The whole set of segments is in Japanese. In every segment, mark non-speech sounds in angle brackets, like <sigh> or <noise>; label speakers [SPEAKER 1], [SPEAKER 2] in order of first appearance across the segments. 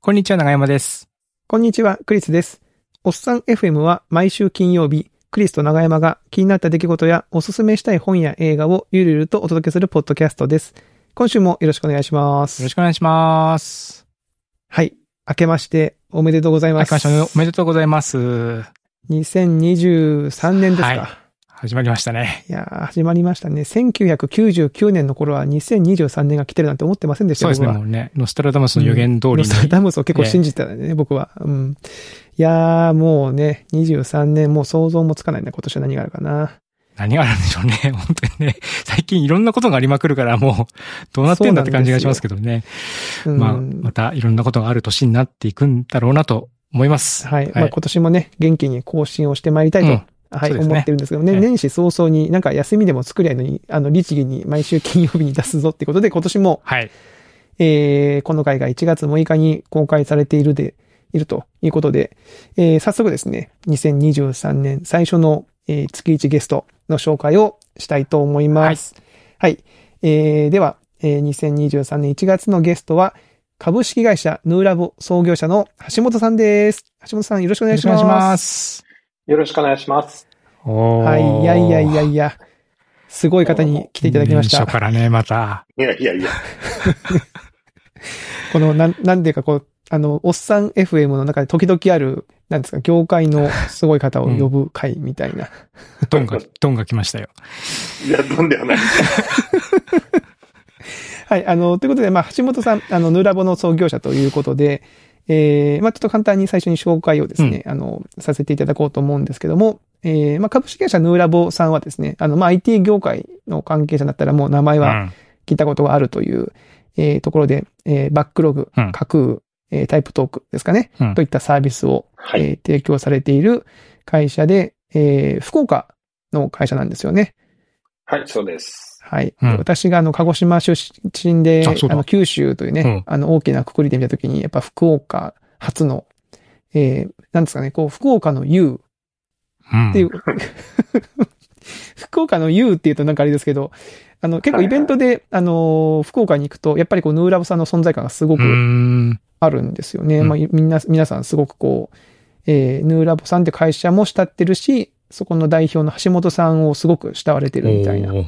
[SPEAKER 1] こんにちは、長山です。
[SPEAKER 2] こんにちは、クリスです。おっさん FM は毎週金曜日、クリスと長山が気になった出来事やおすすめしたい本や映画をゆるゆるとお届けするポッドキャストです。今週もよろしくお願いしま
[SPEAKER 1] よろ
[SPEAKER 2] す。
[SPEAKER 1] しくお願いします。
[SPEAKER 2] はい。明けましておめでとうござい
[SPEAKER 1] 明
[SPEAKER 2] ます。
[SPEAKER 1] けましておめおめでとうございます。
[SPEAKER 2] 2023年ですか。
[SPEAKER 1] はい
[SPEAKER 2] い、
[SPEAKER 1] 始まりましたね。
[SPEAKER 2] やー始まりましたね。1999年の頃は2023年が来てるなんて思ってませんでした
[SPEAKER 1] そう
[SPEAKER 2] よ
[SPEAKER 1] ですね、
[SPEAKER 2] 僕は
[SPEAKER 1] もうね、ノストラダムスの予言通り
[SPEAKER 2] ノ
[SPEAKER 1] に。
[SPEAKER 2] ストラダムスを結構信じてたね、僕は。うん。いやー、もうね、23年、もう想像もつかないな、今年は何があるかな。
[SPEAKER 1] 何があるんでしょうね、 <laughs> 本当にね。最近いろんなことがありまくるから、もう、どうなってんだって感じがしますけどね。
[SPEAKER 2] うん、
[SPEAKER 1] まあ、またいろんなことがある年になっていくんだろうなと思います。
[SPEAKER 2] はい。
[SPEAKER 1] は
[SPEAKER 2] まあ、今
[SPEAKER 1] い
[SPEAKER 2] 年もね、元気に更新をしてまいりたいと、
[SPEAKER 1] うん
[SPEAKER 2] は
[SPEAKER 1] そ
[SPEAKER 2] い、
[SPEAKER 1] うですね
[SPEAKER 2] 思ってるんですけどね、
[SPEAKER 1] ええ
[SPEAKER 2] 年始早々になんか休みでも作りゃいいのに、あの、律儀に毎週金曜日に出すぞってことで、今年も、
[SPEAKER 1] はい。
[SPEAKER 2] えー、この回が1月6日に公開されているで、いるということで、えー、早速ですね、2023年最初の、えー月1ゲストの紹介をしたいと思います。はい。えー、では、えー、2023年1月のゲストは、株式会社ヌーラボ創業者の橋本さんです。橋本さんよろしくお
[SPEAKER 1] よろ
[SPEAKER 2] 願い
[SPEAKER 1] し
[SPEAKER 2] し
[SPEAKER 1] くお願
[SPEAKER 2] ま
[SPEAKER 1] い
[SPEAKER 2] す。
[SPEAKER 1] します。
[SPEAKER 3] よろしくお願いします。
[SPEAKER 1] おー
[SPEAKER 2] はい、いやいやいやいや。すごい方に来ていただきました
[SPEAKER 1] 年。初からね、また。
[SPEAKER 3] いやいやいや。
[SPEAKER 2] この、なん、なんでかこう、あの、おっさん FM の中で時々ある、なんですか、業界のすごい方を呼ぶ会みたい
[SPEAKER 1] <laughs>
[SPEAKER 2] な。
[SPEAKER 1] ドンが、ドンが来ましたよ。
[SPEAKER 3] いや、どんで
[SPEAKER 2] <laughs>
[SPEAKER 3] はない。
[SPEAKER 2] はい、あの、ということで、まあ、橋本さん、あの、ヌーラボの創業者ということで、えー、まあ、ちょっと簡単に最初に紹介をですね、あの、させていただこうと思うんですけども、えー、まあ、株式会社ヌーラボさんはですね、あの、まあ、IT 業界の関係者だったらもう名前
[SPEAKER 1] う
[SPEAKER 2] は
[SPEAKER 1] ん。
[SPEAKER 2] 聞いたことがあるという、えーところで、えーバックログ、
[SPEAKER 1] うん
[SPEAKER 2] 架空、えータイプトークですかね、
[SPEAKER 1] うん
[SPEAKER 2] といったサービスを、
[SPEAKER 3] は
[SPEAKER 2] え
[SPEAKER 3] い。
[SPEAKER 2] ー提供されている会社で、えー福岡の会社なんですよね。
[SPEAKER 3] はい、そうです。
[SPEAKER 2] はい。
[SPEAKER 1] うん
[SPEAKER 2] 私があの、鹿児島出身で、
[SPEAKER 1] あそうだ
[SPEAKER 2] の、九州というね、
[SPEAKER 1] うん
[SPEAKER 2] あの、大きな括りで見たときに、やっぱ福岡初の、えーなんですかね、こう、福岡の U
[SPEAKER 1] うん。
[SPEAKER 2] っていう、 <laughs> 福岡の U っていうとなんかあれですけど、あの、結構イベントで、あのー、福岡に行くと、やっぱりこう、ヌーラボさんの存在感がすご
[SPEAKER 1] うー
[SPEAKER 2] く
[SPEAKER 1] ん。
[SPEAKER 2] あるんですよね。
[SPEAKER 1] うん
[SPEAKER 2] まあ、いみんな、皆さんすごくこう、えーヌーラボさんって会社も慕ってるし、そこの代表の橋本さんをすごく慕われてるみたいな、
[SPEAKER 1] おー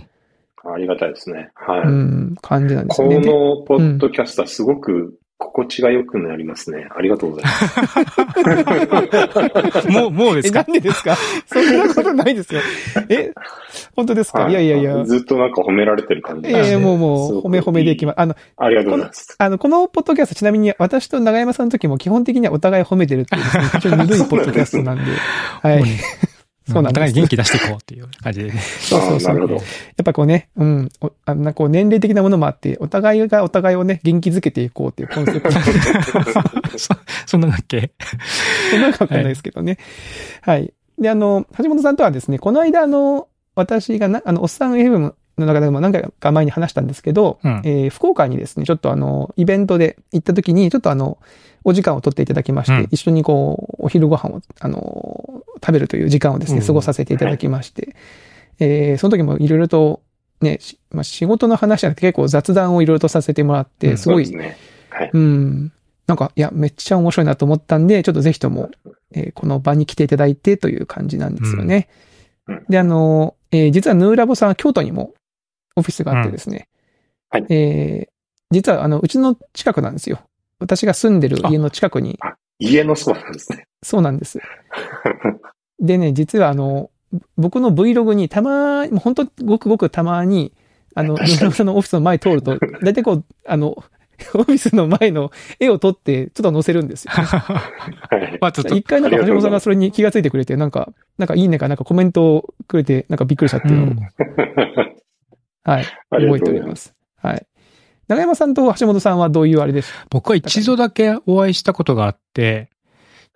[SPEAKER 3] ありがたいですね。はい。
[SPEAKER 2] うん、感じなんです
[SPEAKER 3] こ
[SPEAKER 2] よね。で
[SPEAKER 3] のポッドキャスター、すごく心地が良くなりますね。ありがとうございます。
[SPEAKER 1] もう、もうで
[SPEAKER 2] え、
[SPEAKER 1] す
[SPEAKER 2] な
[SPEAKER 1] か
[SPEAKER 2] んでですかそんなことないですよ。え、本当ですか、
[SPEAKER 3] は
[SPEAKER 2] <laughs> 、
[SPEAKER 3] い
[SPEAKER 2] やいやいや。
[SPEAKER 3] ずっとなんか褒められてる感じがして
[SPEAKER 2] えーもうも
[SPEAKER 3] す
[SPEAKER 2] う、
[SPEAKER 3] ごく
[SPEAKER 2] 褒め褒めでいきます。あの、
[SPEAKER 3] ありがとうございます。
[SPEAKER 2] あの、このポッドキャスト、ちなみに私と長山さんの時も基本的にはお互い褒めてるっていうですね、非常に緩いポッドキャストなんで。は
[SPEAKER 1] もう
[SPEAKER 2] い。
[SPEAKER 1] ね
[SPEAKER 2] <laughs> そうなん
[SPEAKER 1] お
[SPEAKER 2] で
[SPEAKER 1] 互い
[SPEAKER 2] す。
[SPEAKER 1] 元気出していこうっていう感
[SPEAKER 2] <laughs>
[SPEAKER 1] じでね。
[SPEAKER 2] そうそうそ
[SPEAKER 3] あーな
[SPEAKER 2] う。
[SPEAKER 3] る
[SPEAKER 2] や
[SPEAKER 3] ほど。
[SPEAKER 2] <laughs> っぱこうね、うん、おあんなこう年齢的なものもあって、お互いがお互いをね、元気づけていこうっていうコンセプト
[SPEAKER 1] そ、そんなんだっけ
[SPEAKER 2] そんなのかわかんないですけどね。はい。で、あの、橋本さんとはですね、この間、あの、私がな、あの、おっさん FM の中でも何回か前に話したんですけど、
[SPEAKER 1] うん
[SPEAKER 2] えー福岡にですね、ちょっとあの、イベントで行った時に、ちょっとあの、お時間を取っていただきまして、
[SPEAKER 1] うん
[SPEAKER 2] 一緒にこう、お昼ご飯を、あの、食べるという時間をですね、
[SPEAKER 1] うん
[SPEAKER 2] 過ごさせていただきまして、えーその時もいろいろと、ね、しまあ、仕事の話じゃなくて結構雑談をいろいろとさせてもらっ
[SPEAKER 1] う
[SPEAKER 2] て、
[SPEAKER 1] ん
[SPEAKER 2] すごい、
[SPEAKER 3] そうですね。はい。
[SPEAKER 2] うん。なんか、いや、めっちゃ面白いなと思ったんで、ちょっとぜひとも、えーこの場に来ていただいてという感じなんですよね。
[SPEAKER 3] うんうん
[SPEAKER 2] で、あの、えー実はヌーラボさんは京都にもオフィスがあってですね。
[SPEAKER 3] うんはい
[SPEAKER 2] えー実は、あの、うちの近くなんですよ。私が住んでる家の近くに、
[SPEAKER 3] 家のそばなんですね。
[SPEAKER 2] そうなんです。でね、実はあの、ぼ僕の Vlog にたまに、もう本当ごくごくたまに、あの、
[SPEAKER 3] 確かに
[SPEAKER 2] 野村さんのオフィスの前通ると、だいたいこう、あの、オフィスの前の絵を撮って、ちょっと載せるんですよ。
[SPEAKER 3] は
[SPEAKER 1] <laughs>
[SPEAKER 3] い。
[SPEAKER 1] まあちょっと
[SPEAKER 2] 一、回なんか橋本さんがそれに気がついてくれて、なんか、なんかいいねかなんかコメントをくれて、なんかびっくりしたっていうのを、はい、
[SPEAKER 3] <laughs> ありが
[SPEAKER 2] 覚
[SPEAKER 3] と
[SPEAKER 2] えてお
[SPEAKER 3] うござ
[SPEAKER 2] り
[SPEAKER 3] います。
[SPEAKER 2] ます。はい。長山さんと橋本さんはどういうあれです
[SPEAKER 1] 僕は一度だけお会いしたことがあって、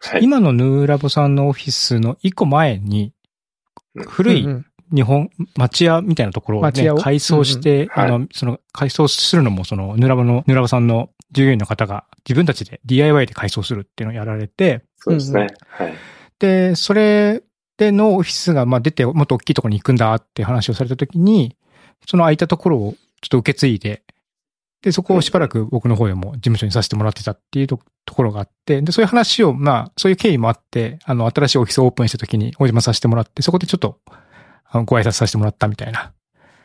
[SPEAKER 3] はい
[SPEAKER 1] 今のヌーラボさんのオフィスの一個前に、古
[SPEAKER 2] う
[SPEAKER 1] い
[SPEAKER 2] んうん
[SPEAKER 1] 日本、町屋みたいなところを、
[SPEAKER 2] 町
[SPEAKER 1] ね
[SPEAKER 2] 屋を、
[SPEAKER 1] 改装して、
[SPEAKER 3] うんうん
[SPEAKER 1] あの、その、改装するのも、その、ヌーラボの、ヌーラボさんの従業員の方が自分たちで DIY で改装するっていうのをやられて、
[SPEAKER 3] そうですね。はい。
[SPEAKER 1] で、それでのオフィスが、まあ、出て、もっと大きいところに行くんだって話をされたときに、その空いたところをちょっと受け継いで、で、そこをしばらく僕の方でも事務所にさせてもらってたっていうとところがあって、で、そういう話を、まあ、そういう経緯もあって、あの、新しいオフィスをオープンした時にお邪魔させてもらって、そこでちょっと、あの、ご挨拶させてもらったみたいな、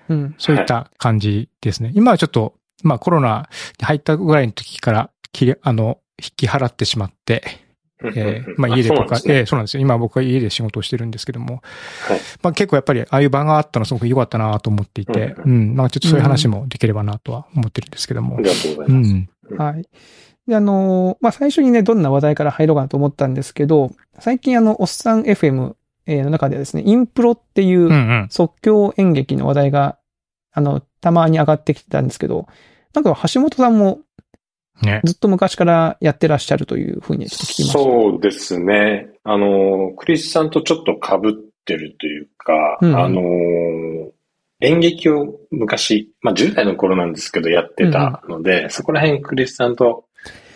[SPEAKER 2] うん。
[SPEAKER 1] そういった感じですね。今はちょっと、まあ、コロナに入ったぐらいの時から、切り、あの、引き払ってしまって、え
[SPEAKER 3] <laughs>
[SPEAKER 1] ーまあ家でとか、え
[SPEAKER 3] え
[SPEAKER 1] ーそうなんですよ。今僕は家で仕事をしてるんですけども、
[SPEAKER 3] はい
[SPEAKER 1] まあ結構やっぱりああいう場があったのはすごく良かったなと思っていて、
[SPEAKER 3] う
[SPEAKER 1] うん、まあちょっとそういう話もできればなとは思ってるんですけど
[SPEAKER 3] あ
[SPEAKER 1] も
[SPEAKER 3] り。がとうござ
[SPEAKER 1] う
[SPEAKER 3] います。
[SPEAKER 1] ん。
[SPEAKER 2] はい。で、あのーまあ、最初にね、どんな話題から入ろうかなと思ったんですけど、最近あの、おっさん FM えーの中ではですね、インプロっていううん即興演劇の話題が、あの、たまに上がってきてたんですけど、なんか橋本さんも
[SPEAKER 1] うん。ね。
[SPEAKER 2] ずっと昔からやってらっしゃるというふうにちょっと聞きました。
[SPEAKER 3] そうですね。あの、クリスさんとちょっと被ってるというか、
[SPEAKER 2] うん
[SPEAKER 3] あの、演劇を昔、まあ10代の頃なんですけどやってたので、そこら辺クリスさんと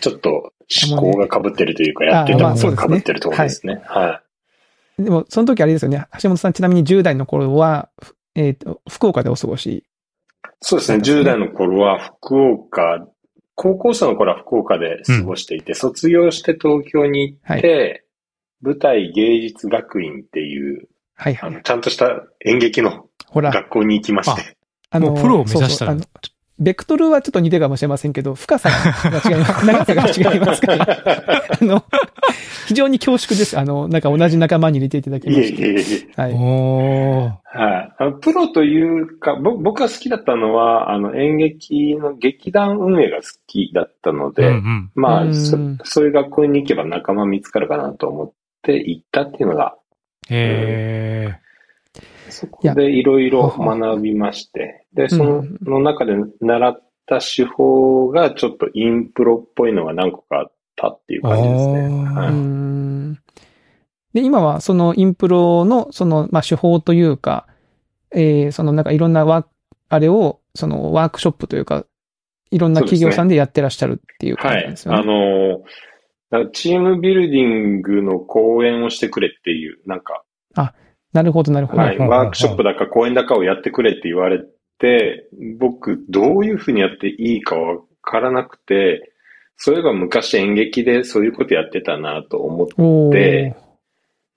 [SPEAKER 3] ちょっと思考が被ってるというか、
[SPEAKER 2] もうね
[SPEAKER 3] やって
[SPEAKER 1] あ
[SPEAKER 3] た
[SPEAKER 1] ーまあ
[SPEAKER 3] ことが被ってるところ
[SPEAKER 2] そう
[SPEAKER 3] で
[SPEAKER 2] です
[SPEAKER 3] ね。は
[SPEAKER 2] でも、その時あれですよね、橋本さんちなみに10代の頃は、ふえっ、と、福岡でお過ごし。
[SPEAKER 3] い。そうですね。
[SPEAKER 2] そうですね
[SPEAKER 3] 10代の頃は福岡、高校生の頃は福岡で過ごしていて、卒業して東京に行って、舞台芸術学院っていう、
[SPEAKER 2] はいは
[SPEAKER 3] あ
[SPEAKER 2] い。
[SPEAKER 3] の、ちゃんとした演劇の
[SPEAKER 2] ほら、
[SPEAKER 3] 学校に行きまして。
[SPEAKER 2] あ
[SPEAKER 1] もうプロを目指したら
[SPEAKER 2] そうそうあのベクトルはちょっと似てるかもしれませんけど、深さが違い
[SPEAKER 1] <laughs>
[SPEAKER 2] ます。長さが違います
[SPEAKER 3] <laughs>
[SPEAKER 2] から。あの、非常に恐縮です。あの、なんか同じ仲間に入れていただき
[SPEAKER 3] い
[SPEAKER 2] ま
[SPEAKER 3] え
[SPEAKER 2] し
[SPEAKER 3] いえいえ。
[SPEAKER 2] た。はい。
[SPEAKER 1] おー。
[SPEAKER 3] はい。あのプロというか、ぼ僕が好きだったのは、あの、演劇の劇団運営が好きだったの
[SPEAKER 1] うん
[SPEAKER 3] で、
[SPEAKER 1] うん。
[SPEAKER 3] ま
[SPEAKER 2] う
[SPEAKER 3] あ
[SPEAKER 2] ん
[SPEAKER 3] そ、そういう学校に行けば仲間見つかるかなと思って行ったっていうのが、
[SPEAKER 1] え
[SPEAKER 3] そこでいろいろ学びまして、で、その
[SPEAKER 2] うん
[SPEAKER 3] の中で習った手法がちょっとインプロっぽいのが何個かあったっていう
[SPEAKER 1] ー。
[SPEAKER 3] 感じです
[SPEAKER 1] お
[SPEAKER 2] う
[SPEAKER 3] ね。は
[SPEAKER 2] ー
[SPEAKER 3] い
[SPEAKER 1] ー
[SPEAKER 2] ん。で、今はそのインプロの、その、まあ、手法というか、えー、そのなんかいろんなワーク、あれを、そのワークショップというか、いろんな企業さんでやってらっしゃるっていう感
[SPEAKER 3] は
[SPEAKER 2] じなん
[SPEAKER 3] い
[SPEAKER 2] で。すよね。
[SPEAKER 3] あの、だからチームビルディングの講演をしてくれっていう、なんか、
[SPEAKER 2] なるほど、なるほど。
[SPEAKER 3] は
[SPEAKER 1] はい
[SPEAKER 3] い、
[SPEAKER 1] はいはい
[SPEAKER 3] ワークショップだか講演だかをやってくれって言われて、僕、どういうふうにやっていいかわからなくて、そういえば昔演劇でそういうことやってたなと思っ
[SPEAKER 2] おー
[SPEAKER 3] で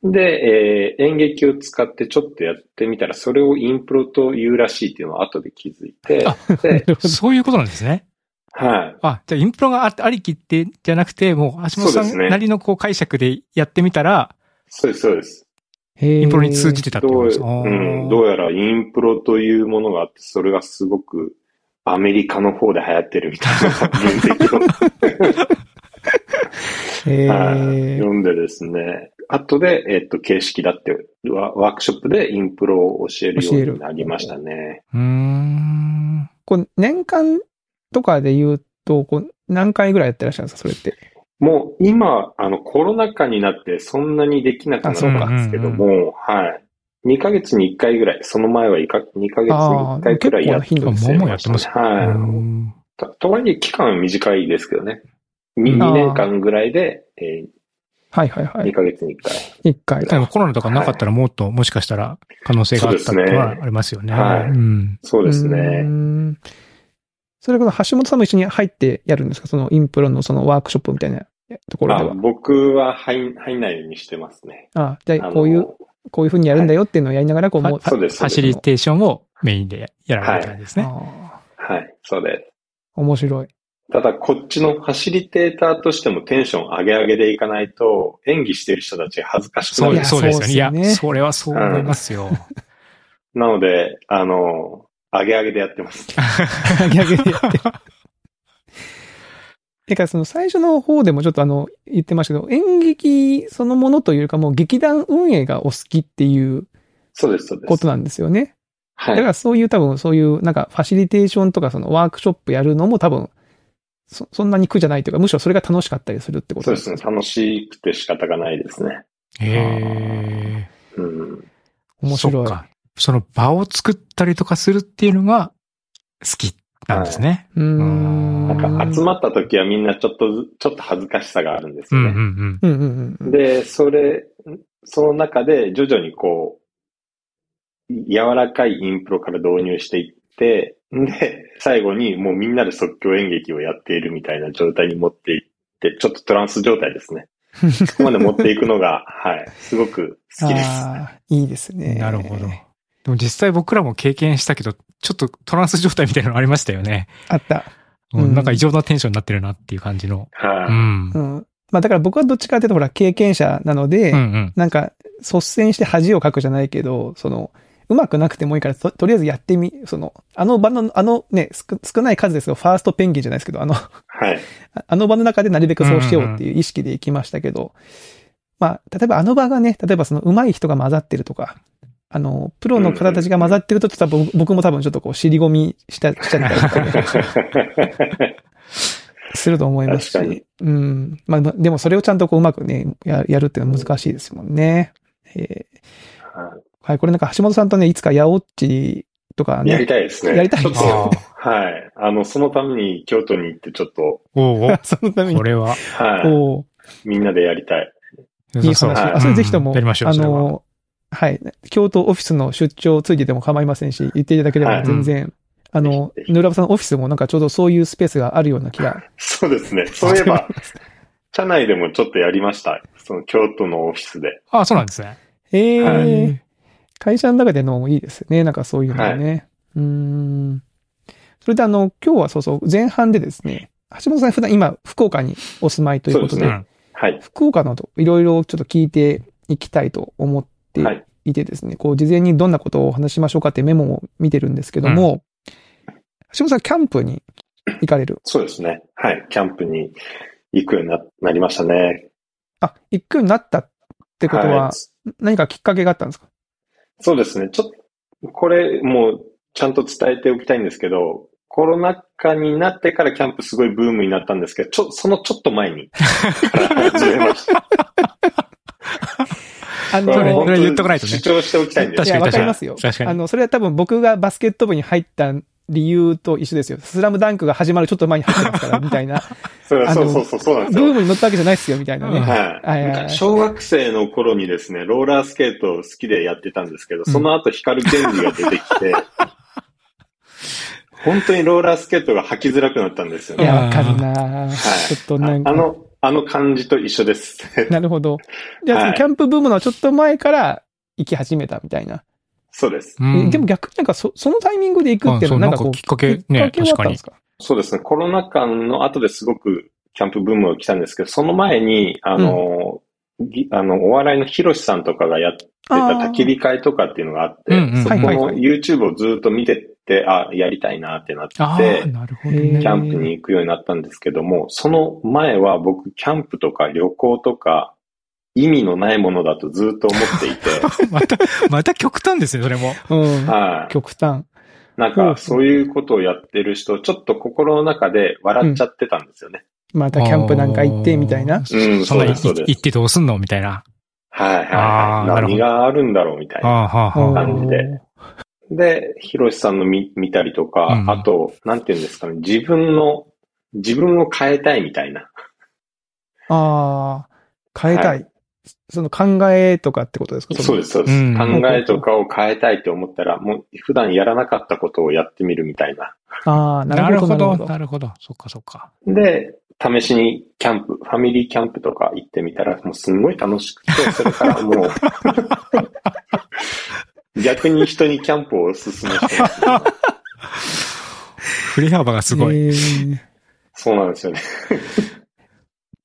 [SPEAKER 3] で、えー演劇を使ってちょっとやってみたら、それをインプロと言うらしいっていうのを後で気づいて
[SPEAKER 1] あ、
[SPEAKER 3] で、
[SPEAKER 1] そういうことなんですね。
[SPEAKER 3] はい。
[SPEAKER 1] あ、じゃあインプロがあありきって、じゃなくて、もう橋本さ
[SPEAKER 3] そうです
[SPEAKER 1] ん
[SPEAKER 3] ね
[SPEAKER 1] なりのこう解釈でやってみたら、
[SPEAKER 3] そうです、そうです。
[SPEAKER 2] イ
[SPEAKER 1] インプロに通じてたってこ
[SPEAKER 3] ど
[SPEAKER 1] と
[SPEAKER 3] う
[SPEAKER 1] です。あ
[SPEAKER 3] うん、
[SPEAKER 1] ー
[SPEAKER 3] どうやらインプロというものがあって、それがすごくアメリカの方で流行ってるみたいな分析を
[SPEAKER 2] へ
[SPEAKER 3] はい
[SPEAKER 2] ー
[SPEAKER 3] 読んでですね。後で、えっと、形式だってワ、ワークショップでインプロを教えるようになりましたね。
[SPEAKER 1] うーん。
[SPEAKER 2] こう年間とかで言うと、こう、何回ぐらいやってらっしゃるんですか、それって。
[SPEAKER 3] もう今、あの、コロナ禍になってそんなにできなくなったんですけども、はい。2ヶ月に1回ぐらい、その前はいか2ヶ月に1回くらいやって
[SPEAKER 2] あー結構な頻度です
[SPEAKER 1] ねう
[SPEAKER 3] はい。
[SPEAKER 1] ん
[SPEAKER 3] ととはいえ期間は短いですけどね。
[SPEAKER 1] う
[SPEAKER 3] に
[SPEAKER 1] ん
[SPEAKER 3] 2年間ぐらいで、え
[SPEAKER 2] はいはいは
[SPEAKER 3] ー、2
[SPEAKER 2] い。
[SPEAKER 3] ヶ月に1回。
[SPEAKER 2] 一回。
[SPEAKER 1] でもコロナとかなかったらもっともしかしたら可能性があったっていうのはありますよね。
[SPEAKER 3] はい
[SPEAKER 1] うん
[SPEAKER 3] そうです
[SPEAKER 2] うー
[SPEAKER 3] ね。
[SPEAKER 2] んそれこそ橋本さんも一緒に入ってやるんですかそのインプロのそのワークショップみたいなところで
[SPEAKER 3] あ
[SPEAKER 2] は。
[SPEAKER 3] 僕は入ん入んないようにしてますね。
[SPEAKER 2] あじゃあ
[SPEAKER 3] あの
[SPEAKER 2] こういう、こういうふうにやるんだよっていうのをやりながら、こうもう。
[SPEAKER 3] そうです。
[SPEAKER 1] ファシリテーションをメインでやられる感じですね。
[SPEAKER 2] あ
[SPEAKER 3] はい、そうです。
[SPEAKER 2] ー面白い。 <laughs>
[SPEAKER 3] ただ、こっちのファシリテーターとしてもテンション上げ上げでいかないと、演技してる人たちが恥ずかしくな
[SPEAKER 1] そうで
[SPEAKER 3] る
[SPEAKER 2] や。
[SPEAKER 1] すそうですよね。い
[SPEAKER 2] そうですよね
[SPEAKER 1] や、それはそう思いますよ。
[SPEAKER 3] なので、あの、上げ上げでやってます。
[SPEAKER 2] 逆にやって。だからその最初の方でもちょっとあの、言ってましたけど、演劇そのものというよりかもう劇団運営がお好きっていう
[SPEAKER 3] そうです、そうです。
[SPEAKER 2] ことなんですよね。
[SPEAKER 3] は
[SPEAKER 2] だか
[SPEAKER 3] い。
[SPEAKER 2] らそういう多分そういうなんかファシリテーションとかそのワークショップやるのも多分そそんなに苦じゃないというか、むしろそれが楽しかったりするってこと
[SPEAKER 3] そうですね。楽しくて仕方がないですね。
[SPEAKER 1] へえ。
[SPEAKER 3] うん。
[SPEAKER 2] 面
[SPEAKER 1] そ
[SPEAKER 2] 白
[SPEAKER 1] っ
[SPEAKER 2] い。
[SPEAKER 1] かその場を作ったりとかするっていうのが好きなんですね。
[SPEAKER 2] うーん。
[SPEAKER 3] なんか集
[SPEAKER 2] ま
[SPEAKER 3] まった時はみんなちょっとず、ちょっと恥ずかしさがあるんです
[SPEAKER 1] うん
[SPEAKER 3] よ
[SPEAKER 1] うん
[SPEAKER 3] ね。
[SPEAKER 2] うんうんうん。
[SPEAKER 3] で、それ、その中で徐々にこう、柔らかいインプロから導入していって、で、最後にもうみんなで即興演劇をやっているみたいな状態に持っていって、ちょっとトランス状態ですね。そこまで持っていくのが、 <laughs> はい、すごく好きです。
[SPEAKER 2] ああ、いいですね。
[SPEAKER 1] なるほど。でも実際僕らも経験したけど、ちょっとトランス状態みたいなのありましたよね。
[SPEAKER 2] あった。
[SPEAKER 1] もう
[SPEAKER 2] うん
[SPEAKER 1] なんか異常なテンションになってるなっていう感じの。
[SPEAKER 3] は
[SPEAKER 1] う
[SPEAKER 3] い、
[SPEAKER 1] ん。う
[SPEAKER 2] うんん。まあだから僕はどっちかというとほら経験者なので、
[SPEAKER 1] うん。
[SPEAKER 2] なんか率先して恥をかくじゃないけど、その、うまくなくてもいいからと、とりあえずやってみ、その、あの場の、あのね、少少ない数ですが、ファーストペンギンじゃないですけど、あの、
[SPEAKER 3] はい。
[SPEAKER 2] ああの場の中でなるべくそうしようっていう意識で行きましたけど、まあ、例えばあの場がね、例えばその上手い人が混ざってるとか、あの、プロの方たちが混ざってると、ちょっと多分僕も多分ちょっとこう、尻込みした、しちゃったりとかねすると思います
[SPEAKER 3] 確かに
[SPEAKER 2] し、うん。まあ、でもそれをちゃんとこう、うまくね、ややるっていうのは難しいですもんね。えーはい、これなんか橋本さんとね、いつか八百っちとか
[SPEAKER 3] やり
[SPEAKER 2] <laughs> ね、
[SPEAKER 3] たいですね。
[SPEAKER 2] やりたい
[SPEAKER 3] ち
[SPEAKER 2] で
[SPEAKER 3] ょっ
[SPEAKER 2] すよ
[SPEAKER 3] と、はい。あの、そのために京都に行ってちょっと、
[SPEAKER 1] おう
[SPEAKER 2] <laughs> そのた
[SPEAKER 1] お
[SPEAKER 2] め
[SPEAKER 1] う、<laughs>
[SPEAKER 2] に
[SPEAKER 1] こ、れは。
[SPEAKER 3] は
[SPEAKER 2] こう、
[SPEAKER 3] い。みんなでやりたい。
[SPEAKER 1] 良
[SPEAKER 2] いい
[SPEAKER 1] さそう
[SPEAKER 2] 話。
[SPEAKER 3] はい
[SPEAKER 2] あ、それぜひとも、
[SPEAKER 1] うんやりましょう
[SPEAKER 2] あ
[SPEAKER 1] それは
[SPEAKER 2] の、はい。京都オフィスの出張ついてでも構いませんし、言っていただければ全然、あの
[SPEAKER 3] ぜ、ひぜひ
[SPEAKER 2] ヌラブさんのオフィスもなんかちょうどそういうスペースがあるような気が。
[SPEAKER 3] そうですね。そういえ
[SPEAKER 1] <laughs>
[SPEAKER 3] ば、社内でもちょっとやりました。その京都のオフィスで。
[SPEAKER 1] あ、そうなんですね。
[SPEAKER 2] ええ
[SPEAKER 3] は
[SPEAKER 2] 会社の中でのもいいですね。なんかそういうのもね。うーん。それであの、今日はそうそう、前半でですね、橋本さん普段今、福岡にお住まいということ
[SPEAKER 3] そう
[SPEAKER 2] で、
[SPEAKER 3] ですね
[SPEAKER 1] ん。
[SPEAKER 3] はい。
[SPEAKER 2] 福岡のといろいろちょっと聞いていきたいと思って
[SPEAKER 3] はい。
[SPEAKER 2] いてですね、こう事前にどんなことをお話ししましょうかってメモを見てるんですけども、橋本さんキャンプに行かれる。
[SPEAKER 3] そうですね。はい。キャンプに行くようにななりましたね。、
[SPEAKER 2] あ、行くようになったってことはい何かきっかけがあったんですか、
[SPEAKER 3] そうですね。ちょっと、これもうちゃんと伝えておきたいんですけど、コロナ禍になってからキャンプすごいブームになったんですけど、ちょ、そのちょっと前
[SPEAKER 1] <laughs>
[SPEAKER 3] に、から始めました。
[SPEAKER 2] あの
[SPEAKER 1] それ
[SPEAKER 3] 本当
[SPEAKER 1] それ言っとかないとね
[SPEAKER 3] 主張しておきたいんで
[SPEAKER 2] い
[SPEAKER 1] 確
[SPEAKER 3] す
[SPEAKER 1] か
[SPEAKER 2] や、
[SPEAKER 1] に
[SPEAKER 2] わかりますよ。
[SPEAKER 1] 確かに
[SPEAKER 2] あの、それは多分僕がバスケット部に入った理由と一緒ですよ。スラムダンクが始まるちょっと前に入ってますから、みたいな。
[SPEAKER 3] <laughs> そう
[SPEAKER 2] あ
[SPEAKER 3] そ
[SPEAKER 2] の
[SPEAKER 3] うそうそう、そうなんで
[SPEAKER 2] ブ
[SPEAKER 3] すよ。
[SPEAKER 2] ームに乗ったわけじゃないですよ、みたいなね。
[SPEAKER 1] うん
[SPEAKER 3] は
[SPEAKER 2] はいはい
[SPEAKER 3] い。
[SPEAKER 2] はい
[SPEAKER 3] なんか小学生の頃にですね、ローラースケートを好きでやってたんですけど、その後光源氏が出てき
[SPEAKER 2] <laughs>
[SPEAKER 3] て、本当にローラースケートが履きづらくなったんですよ
[SPEAKER 2] い
[SPEAKER 3] ね。
[SPEAKER 2] や、
[SPEAKER 3] はい。
[SPEAKER 2] わかるな、ちょっとなんか。
[SPEAKER 3] ああの、あの感じと一緒です。 <laughs>
[SPEAKER 1] <laughs>
[SPEAKER 2] なるほど。じゃあ、
[SPEAKER 3] はい
[SPEAKER 2] そのキャンプブームのちょっと前から行き始めたみたいな。
[SPEAKER 3] そうです。
[SPEAKER 1] うん
[SPEAKER 2] でも逆になんかそ、そのタイミングで行くっていうのは
[SPEAKER 1] あ
[SPEAKER 2] なん
[SPEAKER 1] そ
[SPEAKER 2] か
[SPEAKER 1] う
[SPEAKER 2] こう、
[SPEAKER 1] なんかきっかけね
[SPEAKER 2] きっかけはあったんですか
[SPEAKER 3] そうですね。コロナ禍の後ですごくキャンプブームが来たんですけど、その前に、あの、ぎあの、お笑いのヒロシさんとかがやってた焚き火会とかっていうのがあっ
[SPEAKER 1] う
[SPEAKER 3] て、
[SPEAKER 1] んうん
[SPEAKER 3] そ
[SPEAKER 2] は
[SPEAKER 3] こ
[SPEAKER 2] いはいは
[SPEAKER 3] の
[SPEAKER 2] い
[SPEAKER 3] YouTube をずっと見てて、あ、やりたいなってなって、
[SPEAKER 1] ああ、なるほど
[SPEAKER 2] へー
[SPEAKER 3] キ
[SPEAKER 1] ね。
[SPEAKER 3] ャンプに行くようになったんですけども、その前は僕、キャンプとか旅行とか、意味のないものだとずっと思ってい
[SPEAKER 1] <laughs>
[SPEAKER 3] て、
[SPEAKER 1] また、また極端ですね、それも。
[SPEAKER 2] うん。
[SPEAKER 3] はい。
[SPEAKER 2] 極端。
[SPEAKER 3] なん
[SPEAKER 2] うん
[SPEAKER 3] か、そういうことをやってる人、ちょっと心の中で笑っちゃってたんですよね。
[SPEAKER 2] またキャンプなんか行って、みたいな。
[SPEAKER 3] うん、
[SPEAKER 1] そんな
[SPEAKER 3] そう
[SPEAKER 1] に
[SPEAKER 3] です、そうです
[SPEAKER 1] 行。ってどうすんのみたいな。
[SPEAKER 3] はいはい
[SPEAKER 1] あーないる
[SPEAKER 3] は。
[SPEAKER 1] ほ
[SPEAKER 3] 何
[SPEAKER 1] ど
[SPEAKER 3] があるんだろうみたい
[SPEAKER 1] あ
[SPEAKER 3] な。
[SPEAKER 1] あ、はあ、
[SPEAKER 2] うん
[SPEAKER 1] はあ。
[SPEAKER 3] 感じで。で、ヒロシさんの見見たりとか、
[SPEAKER 1] うん
[SPEAKER 3] あと、なんていうんですかね、自分の、自分を変えたいみたいな。
[SPEAKER 2] ああ、変えた。
[SPEAKER 3] はい
[SPEAKER 2] その考えとかってことですか。
[SPEAKER 3] そうですす、そうです。
[SPEAKER 1] うん
[SPEAKER 3] 考えとかを変えたいって思ったら、もう普段やらなかったことをやってみるみたいな。
[SPEAKER 2] ああ、な
[SPEAKER 1] な
[SPEAKER 2] る
[SPEAKER 1] る
[SPEAKER 2] ほ
[SPEAKER 1] ほ
[SPEAKER 2] ど。
[SPEAKER 1] ど、
[SPEAKER 2] なるほど
[SPEAKER 1] なるほど。そっかそっか。
[SPEAKER 3] で、試しにキャンプ、ファミリーキャンプとか行ってみたら、もうすんごい楽しくて、それからも <laughs> う、逆に人にキャンプをおすすめしてます、
[SPEAKER 1] 振り幅がすごい。
[SPEAKER 2] えー
[SPEAKER 3] そうなんですよね。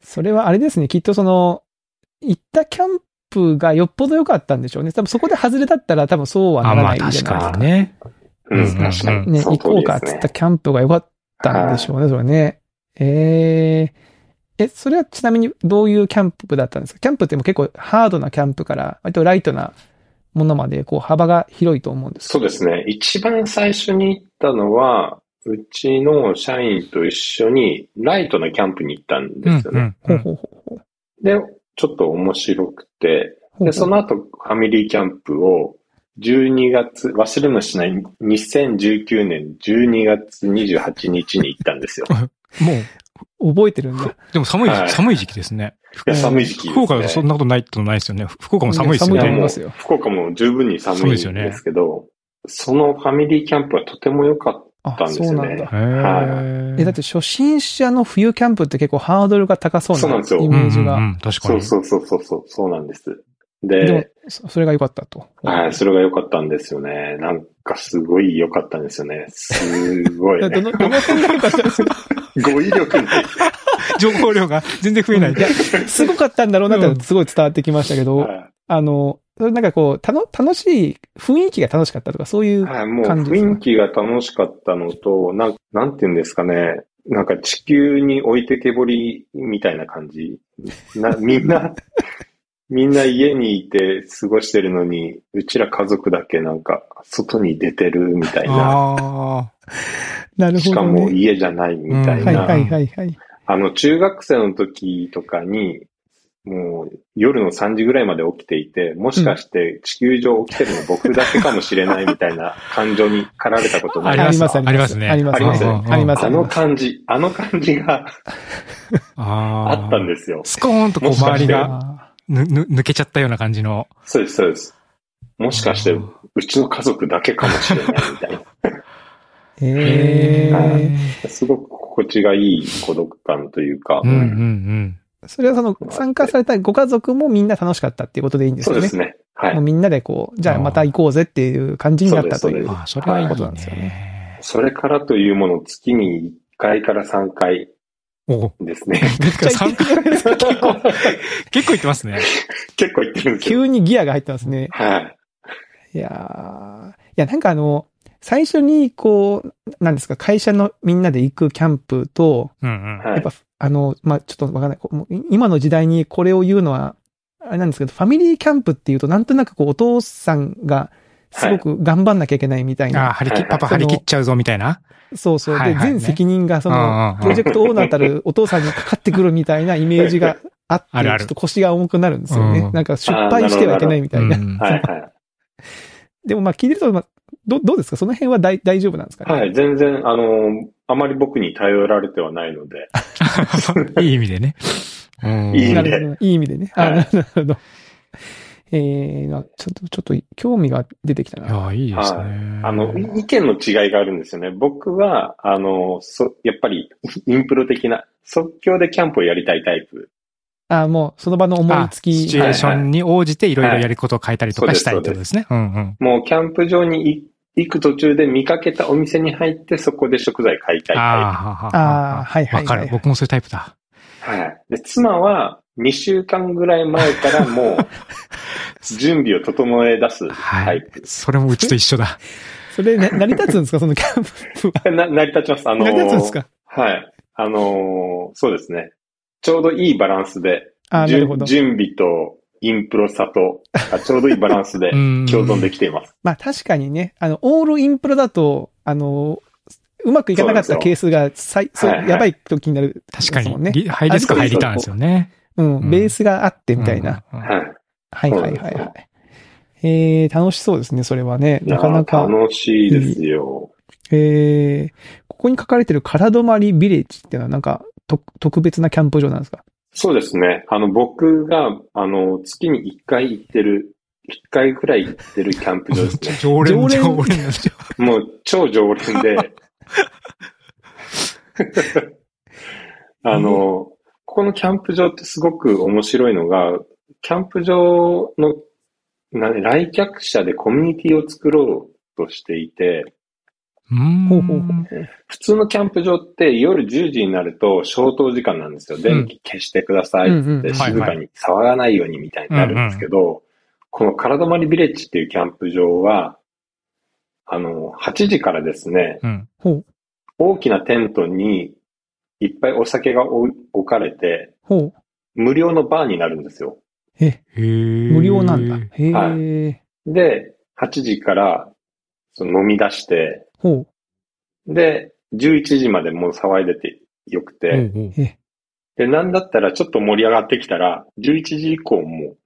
[SPEAKER 2] それはあれですね、きっとその、行ったキャンプがよっぽど良かったんでしょうね。多分そこで外れだったら多分そうはな
[SPEAKER 1] あ、
[SPEAKER 2] ら
[SPEAKER 1] ま
[SPEAKER 2] な
[SPEAKER 1] あ
[SPEAKER 2] いじゃないです
[SPEAKER 1] 確
[SPEAKER 2] か。
[SPEAKER 1] かにね。
[SPEAKER 3] う
[SPEAKER 1] うん
[SPEAKER 3] ん、確かに。
[SPEAKER 2] ね、
[SPEAKER 3] そ
[SPEAKER 2] 行
[SPEAKER 3] の通
[SPEAKER 2] こう
[SPEAKER 3] りで
[SPEAKER 2] かっ
[SPEAKER 3] す
[SPEAKER 2] つっ
[SPEAKER 3] ね
[SPEAKER 2] たキャンプが良かったんでしょうね、それね。えええ、それはちなみにどういうキャンプだったんですかキャンプっても結構ハードなキャンプから、割とライトなものまで、こう幅が広いと思うんです
[SPEAKER 3] そうですね。一番最初に行ったのは、うちの社員と一緒にライトなキャンプに行ったん
[SPEAKER 1] うん、
[SPEAKER 3] ですよ
[SPEAKER 1] う
[SPEAKER 3] ね。
[SPEAKER 1] ん。
[SPEAKER 2] ほうほうほうほう。
[SPEAKER 3] で、ちょっと面白くて、
[SPEAKER 2] ほうほう
[SPEAKER 3] で、その後、ファミリーキャンプを、12月、忘れもしない、2019年12月28日に行ったんですよ。
[SPEAKER 1] もう、
[SPEAKER 2] 覚えてるんだ。
[SPEAKER 1] でも寒い時
[SPEAKER 3] は
[SPEAKER 1] 期、
[SPEAKER 3] い
[SPEAKER 1] 寒い時期ですね。
[SPEAKER 3] いや、寒い時期です、ね。
[SPEAKER 1] 福岡だとそんなことないってことないですよね。福岡も寒いですよ
[SPEAKER 2] な
[SPEAKER 3] や
[SPEAKER 2] と思い
[SPEAKER 1] ね
[SPEAKER 3] も
[SPEAKER 2] ま
[SPEAKER 3] う
[SPEAKER 2] すよ
[SPEAKER 3] 福岡も十分に寒いんですけど、そのファミリーキャンプはとても良かっ
[SPEAKER 2] あ、
[SPEAKER 3] たんです
[SPEAKER 2] そ
[SPEAKER 3] よ
[SPEAKER 2] う
[SPEAKER 3] ね
[SPEAKER 2] なんだ。
[SPEAKER 1] へー
[SPEAKER 2] え、だって初心者の冬キャンプって結構ハードルが高そう
[SPEAKER 3] そうなん
[SPEAKER 2] な
[SPEAKER 3] ですよ
[SPEAKER 2] イメージ
[SPEAKER 1] うんう
[SPEAKER 2] が。
[SPEAKER 1] んうん確か
[SPEAKER 3] そ
[SPEAKER 1] に。
[SPEAKER 3] うそうそうそうそう、そうなんです。
[SPEAKER 2] でも
[SPEAKER 3] で、、
[SPEAKER 2] そそれが良かったと。
[SPEAKER 3] はい、それが良かったんですよね。なんかすごい良かったんですよね。すごい、
[SPEAKER 2] だどの、
[SPEAKER 3] ね。
[SPEAKER 2] どの辺が良かったんですか
[SPEAKER 3] <laughs> 語彙力に。
[SPEAKER 1] 情報量が全然増え
[SPEAKER 2] <laughs>
[SPEAKER 1] ない。
[SPEAKER 2] いや、すごかったんだろうなってすごい伝わってきましたけど、
[SPEAKER 3] は
[SPEAKER 2] あの、それなんかこう、たの、楽しい、雰囲気が楽しかったとか、そうい
[SPEAKER 3] い、
[SPEAKER 2] う、
[SPEAKER 3] はいもう
[SPEAKER 2] 感じですか
[SPEAKER 3] 雰囲気が楽しかったのと、なん、なんていうんですかね。なんか地球に置いてけぼりみたいな感じ。な、みんな、みんな家にいて過ごしてるのに、うちら家族だけなんか外に出てるみたいな。
[SPEAKER 1] あ
[SPEAKER 2] なる
[SPEAKER 3] し
[SPEAKER 2] ほ
[SPEAKER 3] か
[SPEAKER 2] ど、
[SPEAKER 3] も
[SPEAKER 2] ね。
[SPEAKER 3] 家じゃないみたい
[SPEAKER 2] はい
[SPEAKER 1] な
[SPEAKER 3] な
[SPEAKER 2] は。いはいはい。
[SPEAKER 3] あの、中学生の時とかに、もう夜の3時ぐらいまで起きていて、もしかして地球上起きてるの僕だけかもしれないみたいな感情に駆られたこと
[SPEAKER 1] あ。
[SPEAKER 3] ない。
[SPEAKER 1] ります
[SPEAKER 2] あります
[SPEAKER 1] ね。
[SPEAKER 2] あります
[SPEAKER 3] ね
[SPEAKER 1] うんうんうん
[SPEAKER 2] あります
[SPEAKER 3] あの感じ、あの感じが
[SPEAKER 1] あ
[SPEAKER 3] あったん
[SPEAKER 1] で
[SPEAKER 3] ですよ。
[SPEAKER 1] す。スコーンとこう
[SPEAKER 3] もしか
[SPEAKER 1] 周
[SPEAKER 3] し
[SPEAKER 1] り
[SPEAKER 3] て
[SPEAKER 1] が
[SPEAKER 2] あ
[SPEAKER 1] ぬぬ抜けちゃったような感じの。
[SPEAKER 3] そうです、そうです。もしかして
[SPEAKER 1] あー
[SPEAKER 3] うちの家族だけかもしれない <laughs> みたい
[SPEAKER 2] ーえ
[SPEAKER 3] はい
[SPEAKER 2] え
[SPEAKER 3] な。すごく心地がいい孤独感というか。
[SPEAKER 1] うんうんうん。
[SPEAKER 2] それはその、参加されたご家族もみんな楽しかったっていうことでいいんです
[SPEAKER 3] そう
[SPEAKER 2] よね
[SPEAKER 3] です。ね。は
[SPEAKER 2] もう
[SPEAKER 3] い。
[SPEAKER 2] みんなでこう、じゃあまた行こうぜっていう感じになったと
[SPEAKER 3] そう
[SPEAKER 2] い
[SPEAKER 3] です
[SPEAKER 2] う。
[SPEAKER 1] ああ、それはいい
[SPEAKER 2] はいことなんですよ
[SPEAKER 1] ね。
[SPEAKER 3] それからというもの、月に1回から3回
[SPEAKER 1] お
[SPEAKER 3] です
[SPEAKER 1] <laughs>
[SPEAKER 3] ね。
[SPEAKER 1] 結構参加、結構言ってますね。
[SPEAKER 3] 結構行ってるんですよ。
[SPEAKER 2] 急にギアが入ってますね。
[SPEAKER 3] はい。
[SPEAKER 2] いやーいや、なんかあの、最初にこう、なんですか、会社のみんなで行くキャンプと、
[SPEAKER 1] うんうん。
[SPEAKER 3] は
[SPEAKER 2] やっ
[SPEAKER 3] い。
[SPEAKER 2] ぱ、あの、まあ、ちょっとわかんない。こうもう今の時代にこれを言うのは、あれなんですけど、ファミリーキャンプっていうと、なんとなくこう、お父さんが、すごく頑張んなきゃいけないみたいな。
[SPEAKER 1] ああ、張り切っ、パパ張り切っちゃうぞみたいな。
[SPEAKER 2] そうそう。
[SPEAKER 1] はい
[SPEAKER 2] で、
[SPEAKER 1] はいね
[SPEAKER 2] 全責任が、そ
[SPEAKER 1] うんうんう
[SPEAKER 2] の
[SPEAKER 1] ん、
[SPEAKER 2] プロジェクトオーナー
[SPEAKER 1] <laughs>
[SPEAKER 2] たるお父さんにかかってくるみたいなイメージがあって、
[SPEAKER 1] あるある
[SPEAKER 2] ちょっと腰が重くなるんですよね
[SPEAKER 1] う。ん
[SPEAKER 2] なんか失敗してはいけないみたいな。
[SPEAKER 1] うん
[SPEAKER 3] はいはい。
[SPEAKER 2] でもまあ聞いてると、まあ、どどうですかその辺は大大丈夫なんですかね
[SPEAKER 3] はい、全然、あの、あまり僕に頼られてはないので、
[SPEAKER 1] いい意味でね。うん
[SPEAKER 3] いい意
[SPEAKER 2] な
[SPEAKER 3] 味
[SPEAKER 2] る
[SPEAKER 3] で
[SPEAKER 2] ほどね。いい意味でね。あ
[SPEAKER 3] はい
[SPEAKER 2] なるほど。えー、なちょっと、ちょっと興味が出てきた
[SPEAKER 1] い
[SPEAKER 2] な。
[SPEAKER 1] や、いいですね。
[SPEAKER 3] あの、意見の違いがあるんですよね。僕は、あの、そ、やっぱり、インプロ的な、即興でキャンプをやりたいタイプ。
[SPEAKER 2] あもうその場の思いつ
[SPEAKER 1] あシ
[SPEAKER 2] き
[SPEAKER 1] チ。ュエーションに応じていろいろやることを変えたりとかしたいってことですね。うんうん。
[SPEAKER 3] もう、キャンプ場にい行く途中で見かけたお店に入って、そこで食材買いたい
[SPEAKER 1] ああ
[SPEAKER 3] タ、
[SPEAKER 1] は
[SPEAKER 2] あーはいはいはい
[SPEAKER 1] わかる。僕もそういうタイプだ。
[SPEAKER 3] イプ。はい。で、妻は、2週間ぐらい前から
[SPEAKER 2] <laughs>
[SPEAKER 3] もう、準備を整え出す
[SPEAKER 1] は
[SPEAKER 3] タイ
[SPEAKER 1] い
[SPEAKER 3] プ。。
[SPEAKER 1] それもうちと一緒だ。
[SPEAKER 2] それ、
[SPEAKER 3] <laughs>
[SPEAKER 2] ね、成り立つんですかそのキャンプは。
[SPEAKER 3] な成り立ちます。あ
[SPEAKER 2] <laughs>
[SPEAKER 3] の
[SPEAKER 2] 成り立つんですか
[SPEAKER 3] はい。あのーそうですね。ちょうどいいバランスで、
[SPEAKER 2] あー
[SPEAKER 3] じゅ
[SPEAKER 2] なるほど。
[SPEAKER 3] 準備とインプロさと、あちょうどいいバラン
[SPEAKER 2] <laughs>
[SPEAKER 3] スで
[SPEAKER 1] <laughs> うん
[SPEAKER 3] 共存できています。
[SPEAKER 2] まあ確かにね、あの、オールインプロだと、あの、うまくいかなかったケースが、最、そう、
[SPEAKER 3] はいはい
[SPEAKER 2] やばい時になる、
[SPEAKER 1] 確か
[SPEAKER 2] そう
[SPEAKER 1] に。
[SPEAKER 2] ね
[SPEAKER 1] リハイリスクハイリターンですよね。
[SPEAKER 2] うん、ベースがあってみたいな。
[SPEAKER 1] うんうんうん。。
[SPEAKER 3] は
[SPEAKER 2] は
[SPEAKER 3] い。
[SPEAKER 2] いはいはい
[SPEAKER 3] そ
[SPEAKER 2] は。
[SPEAKER 3] うない
[SPEAKER 2] えー、楽しそうですね、それはね。
[SPEAKER 3] いや
[SPEAKER 2] なかなか。
[SPEAKER 3] 楽しいですよ。
[SPEAKER 2] えー、ここに書かれてるカラドマリビレッジっていうのはなんか、と、特別なキャンプ場なんですか
[SPEAKER 3] そうですね。あの、僕が、あの、月に1回行ってる、1回くらい行ってるキャンプ場ですね
[SPEAKER 1] <laughs> 常連、
[SPEAKER 2] 常連
[SPEAKER 1] 常連ですよ。
[SPEAKER 3] もう、超常連で。あの、ここのキャンプ場ってすごく面白いのが、キャンプ場の、な来客者でコミュニティを作ろうとしていて、
[SPEAKER 1] うん
[SPEAKER 2] ほうほうほう。
[SPEAKER 3] 普通のキャンプ場って夜10時になると消灯時間なんですよ。電気消してくださいって
[SPEAKER 2] うんうんうん
[SPEAKER 3] 静かに騒がないようにみたいになるんですけど、このカラドマリビレッジっていうキャンプ場は、あの、8時からですね、
[SPEAKER 1] うん。
[SPEAKER 3] 大きなテントにいっぱいお酒が置置かれて、
[SPEAKER 2] ほう。
[SPEAKER 3] 無料のバーになるんですよ。
[SPEAKER 2] え、
[SPEAKER 1] へー
[SPEAKER 2] 無料なんだ。へ
[SPEAKER 3] は
[SPEAKER 2] ー。
[SPEAKER 3] で、8時からその飲み出して、
[SPEAKER 2] ほ
[SPEAKER 3] で、11時までもう騒いでてよくて、
[SPEAKER 1] ほうほう
[SPEAKER 2] う。え、
[SPEAKER 3] で、なんだったらちょっと盛り上がってきたら、11時以降も、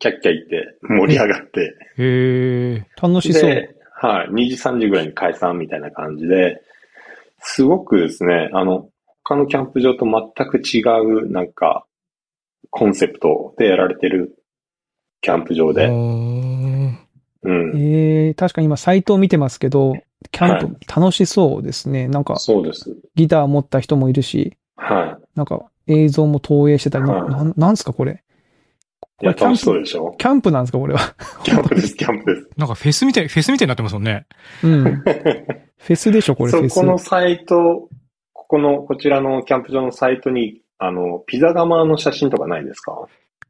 [SPEAKER 3] キャッキャ言って盛り上
[SPEAKER 2] <laughs>
[SPEAKER 3] がって、
[SPEAKER 1] へえ。
[SPEAKER 2] 楽しそう。
[SPEAKER 3] で、はい、2時3時ぐらいに解散みたいな感じで、すごくですね、あの、他のキャンプ場と全く違う、なんか、コンセプトでやられてるキャンプ場で、
[SPEAKER 1] ほう
[SPEAKER 3] うん。
[SPEAKER 2] えー、確かに今サイトを見てますけど、キャ
[SPEAKER 3] は
[SPEAKER 2] ンプ楽しそうですね。なんか
[SPEAKER 3] そうです。
[SPEAKER 2] ギター持った人もいるし、
[SPEAKER 3] は
[SPEAKER 2] なんか映像も投影してたり、な
[SPEAKER 3] はい
[SPEAKER 2] なんなんすかこれ。
[SPEAKER 3] い。い
[SPEAKER 2] こ
[SPEAKER 3] や、
[SPEAKER 2] れキャンプ
[SPEAKER 3] 楽しそうでしょ
[SPEAKER 2] キャンプなんですかこれ
[SPEAKER 3] <laughs>
[SPEAKER 2] は。
[SPEAKER 3] キャンプです、キャンプです。
[SPEAKER 1] なんかフェスみたい、フェスみたいになってますもんね。
[SPEAKER 2] うん。フェスでしょこれフェ
[SPEAKER 3] そこの
[SPEAKER 2] ス。
[SPEAKER 3] サイト、ここの、こちらのキャンプ場のサイトに、あの、ピザ窯の写真とかないですか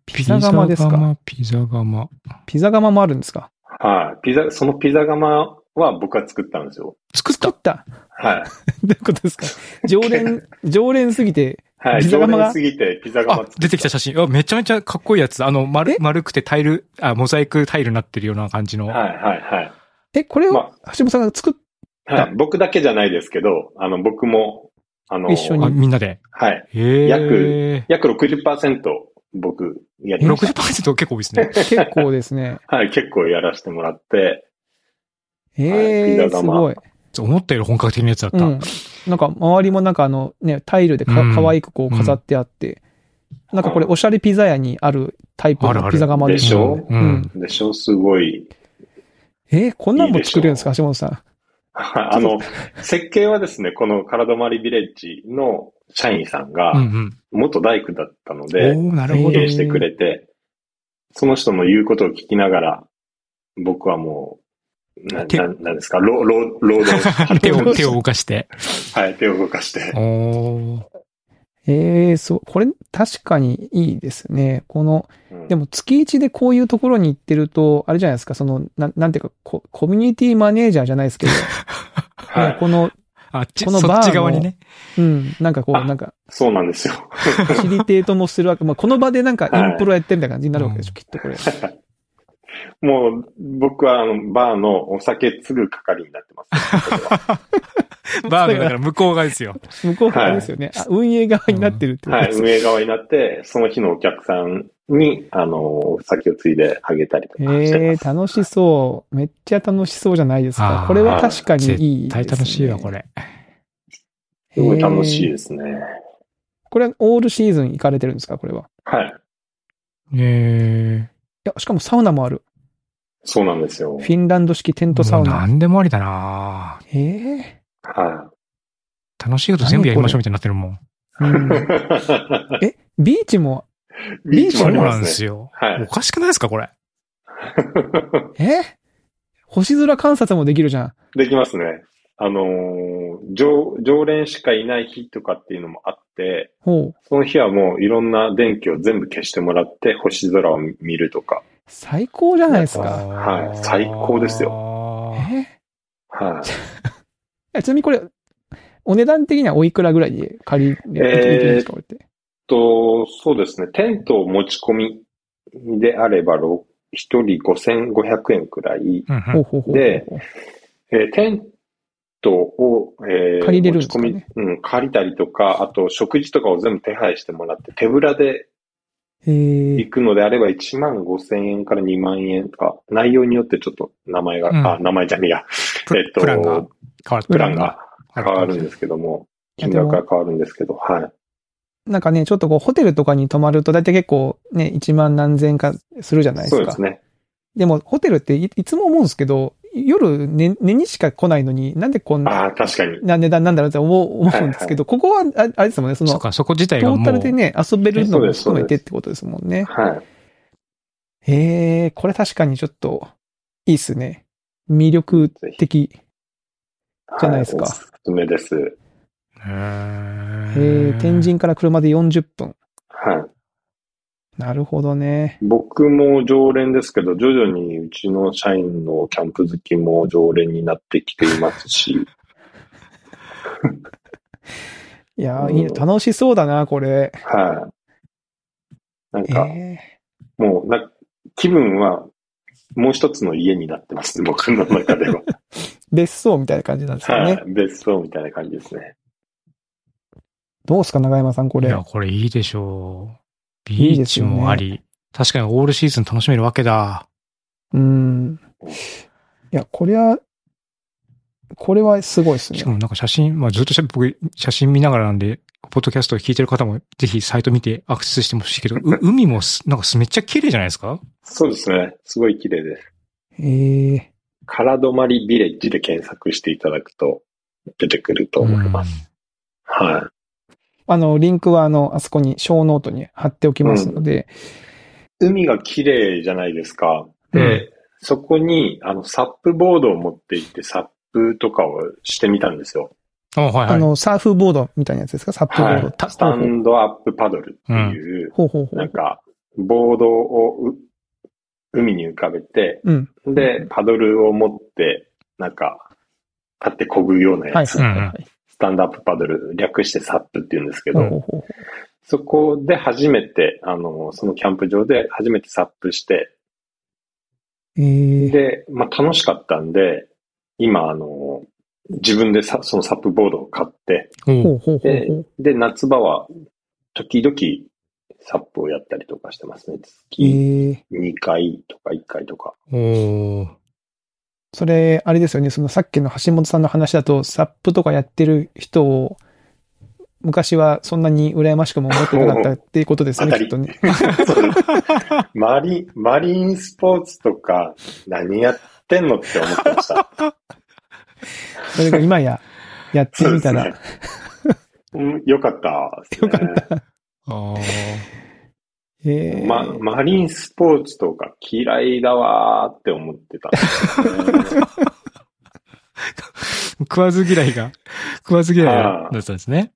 [SPEAKER 2] ピザ窯ですか
[SPEAKER 1] ピザ窯。
[SPEAKER 2] ピザ窯もあるんですか
[SPEAKER 3] はい。ピザ、そのピザ窯は僕が作ったんですよ。
[SPEAKER 1] 作った
[SPEAKER 2] 作った。
[SPEAKER 3] はい。
[SPEAKER 2] どういうことですか常連、
[SPEAKER 3] <laughs>
[SPEAKER 2] 常連すぎて、
[SPEAKER 3] はい。
[SPEAKER 2] ピザ
[SPEAKER 3] 常
[SPEAKER 2] 窯が
[SPEAKER 3] 連すぎてピザ窯
[SPEAKER 1] あ
[SPEAKER 3] 作っ、た。
[SPEAKER 1] 出てきた写真。あ、めちゃめちゃかっこいいやつ。あの、丸
[SPEAKER 2] え、
[SPEAKER 1] 丸くてタイル、あ、モザイクタイルになってるような感じの。
[SPEAKER 3] はいはいはい。
[SPEAKER 2] え、これを
[SPEAKER 3] ま
[SPEAKER 2] 橋本さんが作っ、
[SPEAKER 3] はい、僕だけじゃないですけど、あの、僕も、あの、
[SPEAKER 2] 一緒に
[SPEAKER 1] あみんなで。
[SPEAKER 3] はい。
[SPEAKER 1] へえ。
[SPEAKER 3] 約約60%僕やりまし
[SPEAKER 1] 60%結構多いですね。
[SPEAKER 2] 結構ですね。
[SPEAKER 3] た。 <laughs> はい、結構やらせてもらって、
[SPEAKER 2] え
[SPEAKER 3] は
[SPEAKER 2] え
[SPEAKER 3] いピ
[SPEAKER 2] す
[SPEAKER 3] ザ窯
[SPEAKER 2] ごい。
[SPEAKER 1] 思ったより本格的なやつだった。
[SPEAKER 2] うん。なんか、周りもなんかあの、ね、タイルでか
[SPEAKER 1] うん
[SPEAKER 2] 可愛くこう飾ってあって、なんかこれ、おしゃれピザ屋にあるタイプ
[SPEAKER 1] あるあ
[SPEAKER 2] の
[SPEAKER 1] る
[SPEAKER 2] ピザ窯
[SPEAKER 3] でしょ
[SPEAKER 2] ね
[SPEAKER 1] う
[SPEAKER 2] うんん。
[SPEAKER 3] でしょすごい。 <laughs>
[SPEAKER 2] えーこんなんも作れるんですか、橋本さん。
[SPEAKER 3] はいあの、設計はですね、このカラドマリビレッジの社員さんが
[SPEAKER 1] う、ん
[SPEAKER 3] 元大工だったの
[SPEAKER 1] う
[SPEAKER 3] で、
[SPEAKER 1] ん。おおなる
[SPEAKER 2] ー
[SPEAKER 1] ほ
[SPEAKER 3] 経
[SPEAKER 1] ど
[SPEAKER 2] え。
[SPEAKER 3] 営してくれて、その人の言うことを聞きながら、僕はもう、な、
[SPEAKER 1] 手
[SPEAKER 3] ななんですか、労労労
[SPEAKER 1] <laughs>
[SPEAKER 3] 働
[SPEAKER 1] 手を、手を動かして。
[SPEAKER 3] <laughs> はい、手を動かして。
[SPEAKER 1] おお
[SPEAKER 2] ええそう、これ、確かにいいですね。この、
[SPEAKER 3] うん
[SPEAKER 2] でも月一でこういうところに行ってると、あれじゃないですか、その、なん、なんていうか、こコミュニティマネージャーじゃないですけど、
[SPEAKER 3] は
[SPEAKER 2] ね
[SPEAKER 3] い、
[SPEAKER 2] この、
[SPEAKER 1] あ、ち
[SPEAKER 2] この
[SPEAKER 1] そ
[SPEAKER 2] バー
[SPEAKER 1] っ
[SPEAKER 2] の
[SPEAKER 1] ち側にね。
[SPEAKER 2] うん、なんかこう、
[SPEAKER 3] あ
[SPEAKER 2] なんか、
[SPEAKER 3] そうなんですよ。
[SPEAKER 2] ファシリテートもするわけ。まあ、この場でなんかインプロやってるみたいな感じになるわけでしょ、
[SPEAKER 1] は
[SPEAKER 2] きっとこれ。
[SPEAKER 3] もう、僕は、あの、バーのお酒継ぐ係になってます。
[SPEAKER 1] バーのだから向こう側ですよ。
[SPEAKER 2] 向こう側ですよね。あ運営側になってるってこと
[SPEAKER 3] は
[SPEAKER 2] で
[SPEAKER 3] い、
[SPEAKER 2] す。
[SPEAKER 3] 運営側になって、その日のお客さんに、あの、お酒を継いであげたりとかして
[SPEAKER 2] え
[SPEAKER 3] ま
[SPEAKER 2] え
[SPEAKER 3] す。
[SPEAKER 2] 楽しそう。めっちゃ楽しそうじゃないです
[SPEAKER 1] あ
[SPEAKER 2] か
[SPEAKER 1] ー。
[SPEAKER 2] これは確かにいいです、
[SPEAKER 1] 大
[SPEAKER 2] ね。
[SPEAKER 1] 楽しいわ、こ。れ。
[SPEAKER 3] すごい楽しい
[SPEAKER 2] す。
[SPEAKER 3] ですね。
[SPEAKER 2] これはオールシーズン行かれてるんですか、これは。い
[SPEAKER 3] はい、
[SPEAKER 1] ええ。
[SPEAKER 2] や、しかもサウナもある。
[SPEAKER 3] そうなんですよ
[SPEAKER 2] フ。ィンランド式テントサウ
[SPEAKER 1] もう
[SPEAKER 2] ナ。
[SPEAKER 1] 何でもありだな
[SPEAKER 2] ええ
[SPEAKER 3] は
[SPEAKER 1] 楽しいこと全部やりましょうみたいになってるもん。
[SPEAKER 2] うん
[SPEAKER 3] い。
[SPEAKER 2] え、ビーチも、
[SPEAKER 3] ビーチ
[SPEAKER 1] そ
[SPEAKER 3] もあ
[SPEAKER 1] う
[SPEAKER 3] り
[SPEAKER 1] な
[SPEAKER 3] ま
[SPEAKER 1] んですす
[SPEAKER 3] ね。
[SPEAKER 1] よ。
[SPEAKER 3] はい
[SPEAKER 1] おかしくないですか、これ。
[SPEAKER 2] え星空観察もできるじゃん。
[SPEAKER 3] <laughs> できますね。あのー常、常連しかいない日とかっていうのもあって、
[SPEAKER 2] ほう。
[SPEAKER 3] その日はもういろんな電気を全部消してもらって星空を見るとか。
[SPEAKER 2] 最高じゃないですか。
[SPEAKER 1] はい
[SPEAKER 3] 最高です
[SPEAKER 1] よ
[SPEAKER 2] ええ
[SPEAKER 3] はい。
[SPEAKER 2] えちなみにこれ、お値段的にはおいくらぐらいで借りれるんですか、これって。
[SPEAKER 3] えっと、そうですね。テントを持ち込みであれば、ろ一人5500円くらい。
[SPEAKER 1] うんう
[SPEAKER 2] ほうんほうほう。
[SPEAKER 3] でえーテントを、えー
[SPEAKER 2] 借りれるんですかね
[SPEAKER 3] 持ち込み、うん、借りたりとか、あと食事とかを全部手配してもらって、手ぶらで
[SPEAKER 2] えー
[SPEAKER 3] 行くのであれば、1万5000円から2万円とか、内容によってちょっと名前が、
[SPEAKER 1] うん
[SPEAKER 3] あ、名前じゃねえや、
[SPEAKER 1] プ
[SPEAKER 3] えっと
[SPEAKER 1] プランが変わる。。
[SPEAKER 3] プランが変わるんですすけども、
[SPEAKER 2] いや
[SPEAKER 3] 金
[SPEAKER 2] でも
[SPEAKER 3] 額が変わるんですけど、はい。
[SPEAKER 2] なんかね、ちょっとこう、ホテルとかに泊まると、だいたい結構ね、1万何千円かするじゃないですか。
[SPEAKER 3] そうですね。
[SPEAKER 2] でも、ホテルっていいつも思うんですけど、夜寝、寝にしか来ないのに、なんでこん
[SPEAKER 3] あ
[SPEAKER 2] な
[SPEAKER 3] あ、確かに。
[SPEAKER 2] 値段なんだろうって思う思うんですけど、ここは、ああれですもんね、そ
[SPEAKER 1] そ
[SPEAKER 2] の
[SPEAKER 1] う、か、そこ自
[SPEAKER 2] ト
[SPEAKER 1] 体が
[SPEAKER 2] ー
[SPEAKER 1] も
[SPEAKER 2] タ
[SPEAKER 1] う
[SPEAKER 2] ルでね、遊べるのも含めてってことですもんね。
[SPEAKER 3] はい。
[SPEAKER 2] へえー、これ確かにちょっと、いいっすね。魅力的。じゃないですか
[SPEAKER 3] はおすすめです。
[SPEAKER 1] へ
[SPEAKER 2] えー、天。神から車で40分。
[SPEAKER 3] はい。
[SPEAKER 2] なるほどね。
[SPEAKER 3] 僕も常連ですけど、徐々にうちの社員のキャンプ好きも常連になってきていま
[SPEAKER 2] <laughs>
[SPEAKER 3] すし、
[SPEAKER 2] いやー、
[SPEAKER 3] うん
[SPEAKER 2] いいね。楽しそうだな、これ。
[SPEAKER 3] はい。なん
[SPEAKER 2] え
[SPEAKER 3] か、もうな、気分はもう一つの家になってますね、僕の中では。
[SPEAKER 2] ー、別荘みたいな感じなんですよ
[SPEAKER 3] は
[SPEAKER 2] ね。
[SPEAKER 3] い。別荘みたいな感じですね。
[SPEAKER 2] どうですか、長山さん、こ
[SPEAKER 1] い
[SPEAKER 2] れ。
[SPEAKER 1] や、これいいでしょう。
[SPEAKER 2] い
[SPEAKER 1] ビ
[SPEAKER 2] い
[SPEAKER 1] ー
[SPEAKER 2] です
[SPEAKER 1] チ
[SPEAKER 2] よね
[SPEAKER 1] もあり。確かにオールシーズン楽しめるわけだ。
[SPEAKER 2] うん。いや、これは、これはすごいです
[SPEAKER 1] し
[SPEAKER 2] ね
[SPEAKER 1] か。もなんか写真、まあずっと写僕写真見ながらなんで、ポッドキャストを聞いてる方もぜひサイト見てアクセスしてほしいけど、う海もすなんかすめっちゃ綺麗じゃないですか
[SPEAKER 3] そうですね。すごい綺麗です。
[SPEAKER 2] ええ
[SPEAKER 3] からどまりビレッジで検索していただくと出てくると思います。
[SPEAKER 1] す。
[SPEAKER 3] はい。
[SPEAKER 2] あの、リンクはあの、あそこに、小ノートに貼っておきますので、
[SPEAKER 3] 海が綺麗じゃないですか。で、そこに、あの、サップボードを持っていって、サップとかをしてみたんですよ。
[SPEAKER 1] あ、はい
[SPEAKER 2] あ
[SPEAKER 1] はい。
[SPEAKER 2] の、サーフボードみたいなやつですかサップボード。た
[SPEAKER 3] スタンドアップパドルっていう、
[SPEAKER 2] ほうほうほ
[SPEAKER 3] なん
[SPEAKER 2] う。
[SPEAKER 3] か、ボードをう海に浮かべて、
[SPEAKER 2] うん。
[SPEAKER 3] で、パドルを持って、なんか、立ってこぐような
[SPEAKER 2] は
[SPEAKER 3] や
[SPEAKER 2] い
[SPEAKER 3] つ。
[SPEAKER 2] はいはいはい。
[SPEAKER 3] スタンドアップパドル、略してサップって言うんですけど、
[SPEAKER 2] ほうほうほう。
[SPEAKER 3] そこで初めて、あの、そのキャンプ場で初めてサップして、
[SPEAKER 2] ええ
[SPEAKER 3] で、まあ、楽しかったんで、今、あの、自分でさそのサップボードを買って、
[SPEAKER 1] お
[SPEAKER 2] ほ
[SPEAKER 1] う
[SPEAKER 2] うほうほうほう。
[SPEAKER 3] で、夏場は、時々、サップをやったりとかしてますね。月
[SPEAKER 2] ええ
[SPEAKER 3] 2回とか1回とか。
[SPEAKER 1] おー
[SPEAKER 2] それ、あれですよね、そのさっきの橋本さんの話だと、サップとかやってる人を、昔はそんなに羨ましくも思ってなかったっていうことですね、
[SPEAKER 3] 当
[SPEAKER 2] き
[SPEAKER 3] た
[SPEAKER 2] っ
[SPEAKER 3] り <laughs>
[SPEAKER 2] とね。
[SPEAKER 3] マリン、マリンスポーツとか、何やってんのって思ってました。
[SPEAKER 2] それが今
[SPEAKER 3] <laughs>
[SPEAKER 2] や、やってみたら、
[SPEAKER 3] そうですね。うんよかったですね。よかった。
[SPEAKER 1] あー
[SPEAKER 2] えー
[SPEAKER 3] ま、マリンスポーツとか嫌いだわーって思ってたんですよね。
[SPEAKER 1] 食わず嫌いが、食わず嫌いだったんですね。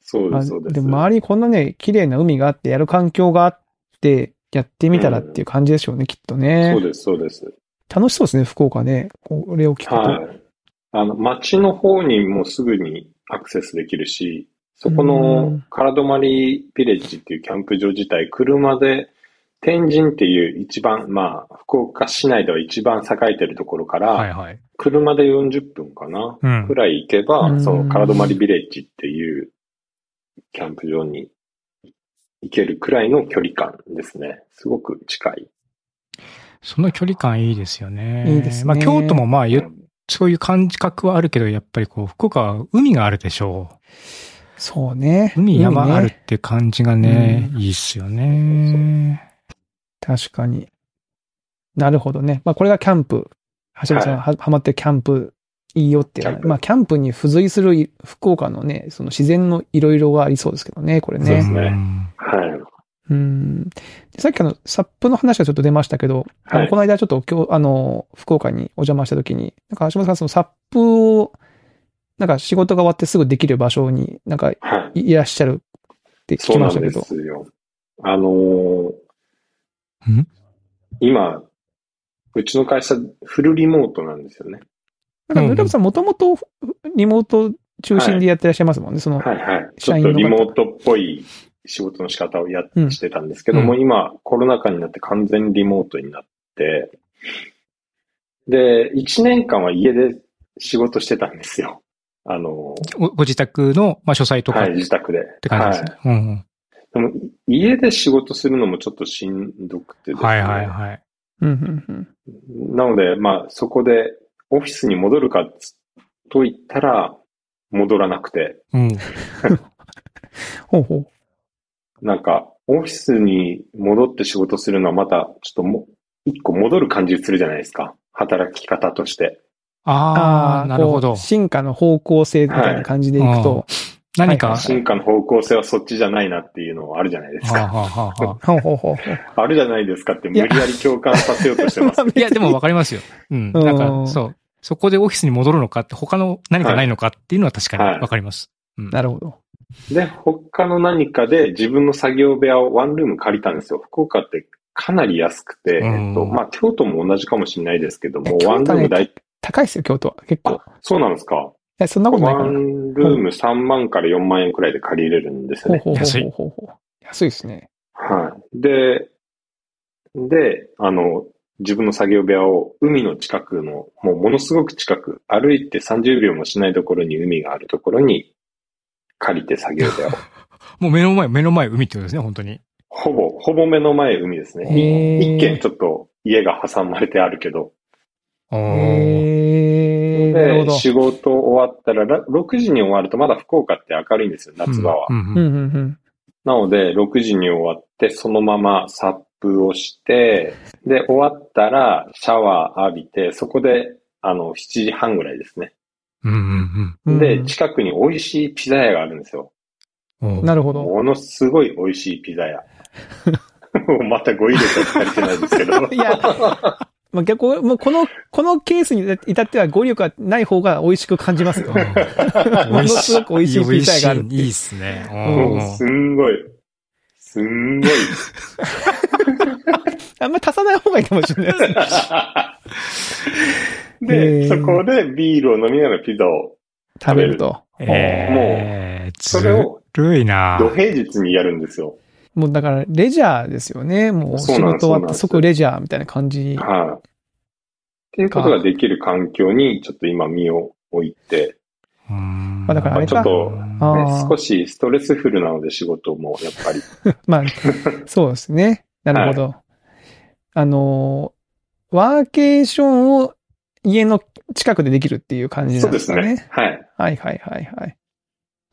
[SPEAKER 3] そうで
[SPEAKER 2] あ
[SPEAKER 3] す、そうです。
[SPEAKER 2] でも周りこんなね、綺麗な海があって、やる環境があって、やってみたらっていう感じでしょうね、きっとね
[SPEAKER 3] そう。です、そうです。
[SPEAKER 2] 楽しそうですね、福岡ね。これを聞くと。
[SPEAKER 3] はい。あの、町の方にもすぐにアクセスできるし、そこ
[SPEAKER 2] う
[SPEAKER 3] の
[SPEAKER 2] ん
[SPEAKER 3] カラドマリビレッジっていうキャンプ場自体、車で天神っていう一番、まあ、福岡市内では一番栄えてるところから、
[SPEAKER 1] はいはい。
[SPEAKER 3] 車で40分かな、
[SPEAKER 1] うん
[SPEAKER 3] くらい行けば、
[SPEAKER 2] うん
[SPEAKER 3] そのカラドマリビレッジっていうキャンプ場に行けるくらいの距離感ですね。すごく近い。
[SPEAKER 1] その距離感いいですよね。
[SPEAKER 2] いいですね
[SPEAKER 1] まあ京都もまあゆ、そういう感覚はあるけど、やっぱりこう、福岡は海があるでしょ
[SPEAKER 2] そうね。
[SPEAKER 1] う。海山ある
[SPEAKER 2] ね
[SPEAKER 1] って感じがね、
[SPEAKER 2] う
[SPEAKER 1] いいっすよね。
[SPEAKER 2] 確かに。なるほどね。まあこれがキャンプ。橋本さんがはハマってるキャンプいいよっていうのは
[SPEAKER 3] キャンプ
[SPEAKER 2] まあキャンプに付随するい福岡のね、その自然のいろいろがありそうですけどね、これ
[SPEAKER 3] そうです
[SPEAKER 2] ね。
[SPEAKER 3] ね
[SPEAKER 1] ん
[SPEAKER 3] はい。
[SPEAKER 2] うん。でさっきあの、サップの話がちょっと出ましたけど、あの
[SPEAKER 3] はい
[SPEAKER 2] この間ちょっと今日、あの、福岡にお邪魔した時に、なんか橋本さんそのサップを、なんか仕事が終わってすぐできる場所に、なんかい
[SPEAKER 3] はい。
[SPEAKER 2] いらっしゃるって聞
[SPEAKER 3] そ
[SPEAKER 2] き
[SPEAKER 3] うな
[SPEAKER 2] ました
[SPEAKER 3] ん
[SPEAKER 2] け
[SPEAKER 3] で
[SPEAKER 2] ど。
[SPEAKER 3] すよ。あのー
[SPEAKER 1] ん
[SPEAKER 3] 今、うちの会社、フルリモートなんですよね。
[SPEAKER 2] なんか、ルラブさんもともとリモート中心でやってらっしゃいますもんね、その、
[SPEAKER 3] はいはい。ち
[SPEAKER 2] 社
[SPEAKER 3] ょっ
[SPEAKER 2] 員
[SPEAKER 3] と
[SPEAKER 2] の方
[SPEAKER 3] リモートっぽい仕事の仕方をやっ
[SPEAKER 2] うん
[SPEAKER 3] してたんですけども、
[SPEAKER 1] うん
[SPEAKER 3] 今、コロナ禍になって完全リモートになって、で、1年間は家で仕事してたんですよ。あのー、
[SPEAKER 1] ごご自宅の、まあ、書斎とか
[SPEAKER 3] はい、
[SPEAKER 1] っ
[SPEAKER 3] 自宅で。って
[SPEAKER 1] 感じですね。うんうん
[SPEAKER 3] でも家で仕事するのもちょっとしんどくてですね。
[SPEAKER 1] はいはいはい。
[SPEAKER 2] うん、うん、うん。
[SPEAKER 3] なので、まあ、そこでオフィスに戻るかと言ったら、戻らなくて、
[SPEAKER 1] うん。
[SPEAKER 2] ほうほう。
[SPEAKER 3] なんか、オフィスに戻って仕事するのはまた、ちょっとも、一個戻る感じするじゃないですか。働き方として。
[SPEAKER 1] あ
[SPEAKER 2] ー
[SPEAKER 1] あ、なるほ
[SPEAKER 2] こ
[SPEAKER 1] ど
[SPEAKER 2] う。進化の方向性みたいな感じでいくと、
[SPEAKER 1] 何か、
[SPEAKER 2] はい
[SPEAKER 1] は
[SPEAKER 3] 進化の方向性はそっちじゃないなっていうのはあるじゃないです
[SPEAKER 1] あは
[SPEAKER 3] か。
[SPEAKER 1] あはあは
[SPEAKER 2] ほうほうほうほ
[SPEAKER 3] <laughs>
[SPEAKER 2] う。
[SPEAKER 3] あるじゃないですかって無
[SPEAKER 2] いや
[SPEAKER 3] 理やり共感させようとしてま
[SPEAKER 2] <laughs>
[SPEAKER 3] す。
[SPEAKER 1] あいや、でもわかりますよ。うん。
[SPEAKER 2] うん
[SPEAKER 1] なんか、そう。そこでオフィスに戻るのかって、他の何かないのかっていうのは確かにわかります。うん。
[SPEAKER 2] <laughs> なるほど。
[SPEAKER 3] で、他の何かで自分の作業部屋をワンルーム借りたんですよ。福岡ってかなり安くて、
[SPEAKER 1] うん
[SPEAKER 3] えっと、まあ、京都も同じかもしれないですけど
[SPEAKER 2] 京、
[SPEAKER 3] も
[SPEAKER 2] 都は
[SPEAKER 3] ワン
[SPEAKER 2] ね
[SPEAKER 3] ルーム大、
[SPEAKER 2] 高いですよ、京都は。結構。い
[SPEAKER 3] あ、そうなんですか。
[SPEAKER 2] や、そんなことないか
[SPEAKER 3] ワ
[SPEAKER 2] な。ほう
[SPEAKER 3] ンルーム3万から4万円くらいで借りれるんですよね。
[SPEAKER 2] ほうほう
[SPEAKER 1] 安い
[SPEAKER 2] ほうほうほう。安いですね。
[SPEAKER 3] はい。で、で、あの、自分の作業部屋を海の近くの、もうものすごく近く、歩いて30秒もしないところに海があるところに借りて作業
[SPEAKER 2] <laughs>
[SPEAKER 3] 部屋を。
[SPEAKER 1] もう目の前、目の前海ってことですね、本当に。
[SPEAKER 3] ほぼ、ほぼ目の前海ですね。
[SPEAKER 2] へー
[SPEAKER 3] い一軒ちょっと家が挟まれてあるけど。
[SPEAKER 1] おー
[SPEAKER 2] えー、なるほ
[SPEAKER 3] で、
[SPEAKER 2] ど。
[SPEAKER 3] 仕事終わったら、ら6時に終わるとまだ福岡って明るいんですよ、夏場は。
[SPEAKER 1] うんうん
[SPEAKER 2] う
[SPEAKER 1] うん
[SPEAKER 2] んうんうん。
[SPEAKER 3] なので、6時に終わって、そのままサップをして、で、終わったらシャワー浴びて、そこで、あの、7時半ぐらいですね。
[SPEAKER 1] うんうん
[SPEAKER 2] うん
[SPEAKER 3] で、近くに美味しいピザ屋があるんですよ。
[SPEAKER 1] うん。おう
[SPEAKER 2] なるほど。
[SPEAKER 3] ものすごい美味しいピ
[SPEAKER 2] <laughs>
[SPEAKER 3] ザ屋。もうまた語彙力が足りてないですけど。
[SPEAKER 2] いや、 <laughs> まあ、逆、もうこの、このケースに至っては語彙力がない方が美味しく感じ <laughs> ますよ。
[SPEAKER 1] <laughs>
[SPEAKER 2] ものすごく美味しいピザ屋があるっていう
[SPEAKER 1] いいっすね。
[SPEAKER 3] も
[SPEAKER 1] う
[SPEAKER 3] うんすんごい。すん
[SPEAKER 2] <laughs>
[SPEAKER 3] ごい。
[SPEAKER 2] あんまり足さない方がいいかもしれないです。へ
[SPEAKER 3] で、
[SPEAKER 2] ー
[SPEAKER 3] そこでビールを飲みながらピザを、
[SPEAKER 2] <laughs> 食べると。
[SPEAKER 1] えー、
[SPEAKER 3] それを
[SPEAKER 1] ずるいな
[SPEAKER 3] 土平日にやるんですよ。
[SPEAKER 2] もうだから、レジャーですよね。もう、仕
[SPEAKER 3] そうな
[SPEAKER 2] 事
[SPEAKER 3] んです
[SPEAKER 2] 終わっ
[SPEAKER 3] そうなん
[SPEAKER 2] て
[SPEAKER 3] です
[SPEAKER 2] 即レジャーみたいな感じ。
[SPEAKER 3] はい。っていうことができる環境に、ちょっと今身を置いて、
[SPEAKER 1] ま
[SPEAKER 2] まあだからあれか
[SPEAKER 3] まあちょっと
[SPEAKER 2] あ
[SPEAKER 3] ね
[SPEAKER 2] ー
[SPEAKER 3] 少しストレスフルなので仕事もやっぱり。
[SPEAKER 2] まあ、そうですね。なるほど。あのー、ワーケーションを家の近くでできるって <laughs> いう感じな
[SPEAKER 3] そうんで
[SPEAKER 2] です
[SPEAKER 3] す
[SPEAKER 2] かね。
[SPEAKER 3] ね。はい。
[SPEAKER 2] はいはいはいはい。